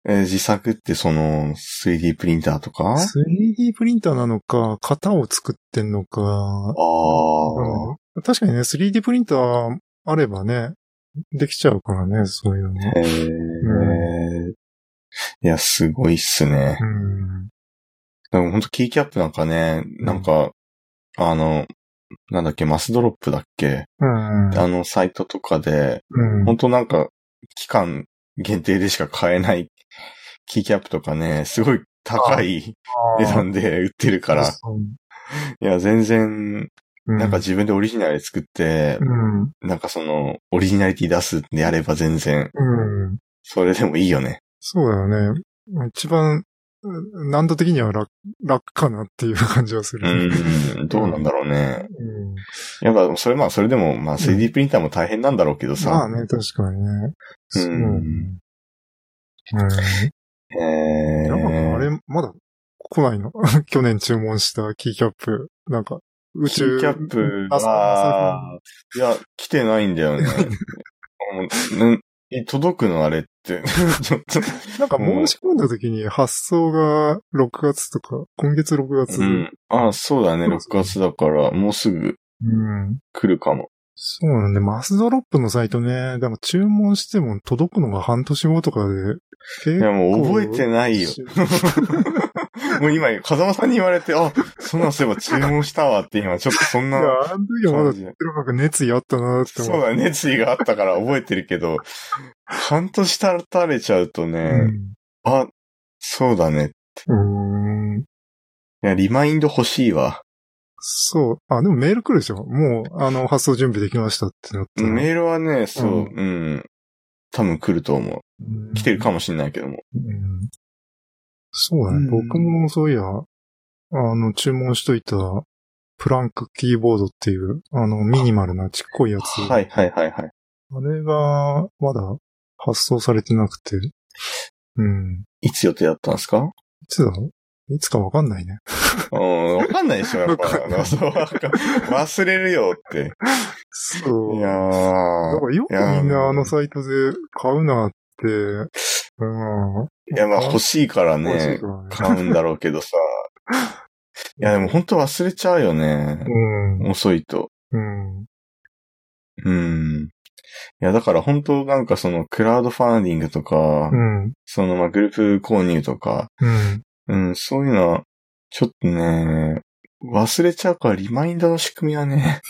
A: えー自作ってその 3D プリンターとかあ
B: 3D プリンターなのか、型を作ってんのか、
A: あ。
B: うん確かにね、3D プリンターあればね、できちゃうからね、そういうのね。
A: ええ。いや、すごいっすね
B: う。ん。
A: でも本当キーキャップなんかね、なんか、あの、なんだっけ、マスドロップだっけ
B: うん。
A: あのサイトとかで、
B: うん。
A: 本当なんか、期間限定でしか買えない *laughs* キーキャップとかね、すごい高い値段で売ってるから、
B: そう
A: いや、全然、
B: うん
A: なんか自分でオリジナルで作って
B: う、ん。
A: なんかその、オリジナリティ出すんであれば全然、
B: うん。
A: それでもいいよね。
B: そうだよね。一番、うん難度的には楽、楽かなっていう感じはす
A: う
B: る。
A: ん、どうなんだろうね。
B: うん。
A: やっぱ、それまあ、それでも、まあ、3D プリンターも大変なんだろうけど
B: まあ
A: さ、
B: ね、確かにね。そううん。
A: えー、
B: なんかあれ、まだ来ないの *laughs* 去年注文したキーキャップ。なんか、宇
A: キ
B: 宙。
A: ーキャップ
B: あそう
A: は、いや、来てないんだよね。もうなんえ届くのあれって。ちょっと。
B: なんか申し込んだ時に発送が6月とか、今月6月。
A: うん。 *laughs* あそうだね。6月だから、もうすぐ
B: うん
A: 来るかも。
B: そうなんで、マスドロップのサイトね、でも注文しても届くのが半年後とかで、
A: い
B: 結
A: や、もう覚えてないよ。もう今、風間さんに言われて、あ、そんなんそういえば注文したわって今、ちょっとそん
B: いや、
A: な、
B: あの
A: *laughs*
B: 時はまだ、テロカ熱意あったなって
A: そう
B: 思って。
A: だね、熱意があったから覚えてるけど、半年経たれちゃうとね、あ、そうだね。
B: うん。うーん。
A: いや、リマインド欲しいわ。
B: そう。あ、でもメール来るでしょもう、あの、発送準備できましたってなったら。
A: メールはね、そう、う
B: う
A: ん、多分来ると思う。
B: うん
A: 来てるかもしれないけども。
B: うんそうだね。
A: うん
B: 僕もそういや、あの、注文しといた、プランクキーボードっていう、あの、ミニマルなちっこいやつ。
A: はいはいはいはい。
B: あれが、まだ発送されてなくて。うん。
A: いつ予定だったんです
B: *laughs*
A: か
B: いつだろういつかわかんないね。
A: うん、わかんないでしょ、やっぱ。
B: わかんない
A: あのそうわかん忘れるよって。
B: そう。
A: いや
B: だか
A: ー。
B: らよく
A: いや
B: みんなあのサイトで買うなって、うん。
A: いや、まあ欲しいから
B: 欲しい
A: ね
B: か、らね
A: 買うんだろうけどさ。いや、でも本当忘れちゃうよね。遅いと。
B: うん。うん。
A: うん。いや、だから本当なんかそのクラウドファンディングとか、
B: うん。
A: そのまあグループ購入とか、
B: うん。
A: うん、そういうのは、ちょっとね、忘れちゃうからリマインダーの仕組みは
B: *laughs*
A: ね、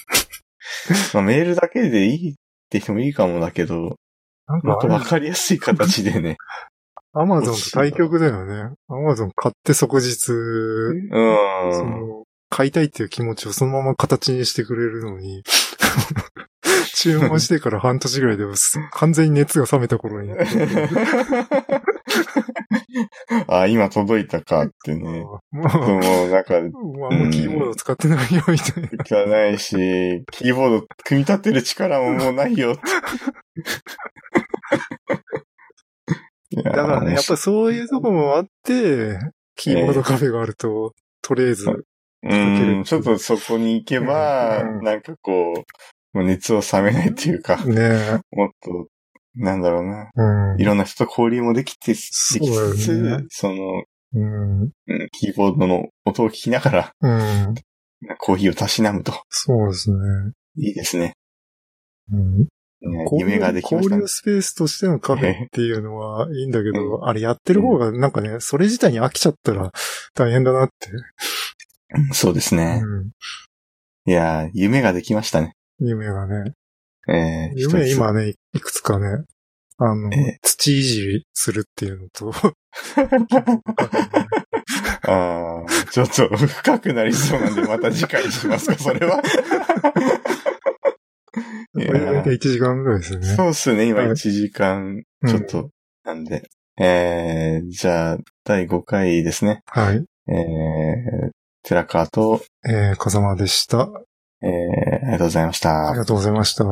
A: まあメールだけでいいって人もいいかもだけど、
B: なん
A: もっとわ
B: か
A: かりやすい形で
B: *laughs*
A: ね。
B: あれ、アマゾンと対局だよね。アマゾン買って即日、
A: う
B: そ *laughs*
A: ん。
B: の、買いたいっていう気持ちをそのまま形にしてくれるのに、注文してから半年ぐらいです完全に熱が冷めた頃に。
A: あ、今届いたかってね。
B: も
A: もうなんか、
B: う、あんまキーボード使ってないよ、みたいな。
A: いかないし、キーボード組み立てる力ももうないよって。だ
B: だからね、やっぱりそういうとこもあって、キーボードカフェがあると、とりあえず、
A: うん、ちょっとそこに行けば、
B: うん
A: なんかこう、もう熱を冷めないっていうか、
B: ねえ、
A: もっと、なんだろうな。
B: うん
A: い。ろんな人と交流もできて、でき
B: そ
A: つ
B: うだよね
A: つ、その、
B: うん。
A: うんキーボードの音を聞きながら、
B: うん。
A: コーヒーをたしなむと。
B: そうですね。
A: いいですね。
B: うん。
A: ね
B: 交流
A: 夢ができました
B: 交
A: ね
B: 流。スペースとしてのカフェっていうのはいいんだけど、あれやってる方がなんかね、それ自体に飽きちゃったら大変だなって。
A: うんそうですね。
B: うん
A: いやー夢ができましたね。
B: 夢がね。
A: えー、
B: 夢
A: 一つ。
B: 今ね、いくつかね、あの
A: え、
B: 土いじりするっていうの
A: *laughs*
B: と、 *laughs*
A: あーちょっと深くなりそうなんで、また次回にしますか、それは。いや
B: *laughs* これだけ1時間ぐらいですよね。
A: そうっすね、今
B: はい
A: 1時間ちょっとなんで。えー、じゃあ、第5回ですね。
B: はい。
A: えー、寺川と、
B: えー、風間でした。
A: えー、ありがとうございました
B: あり。がとうございました。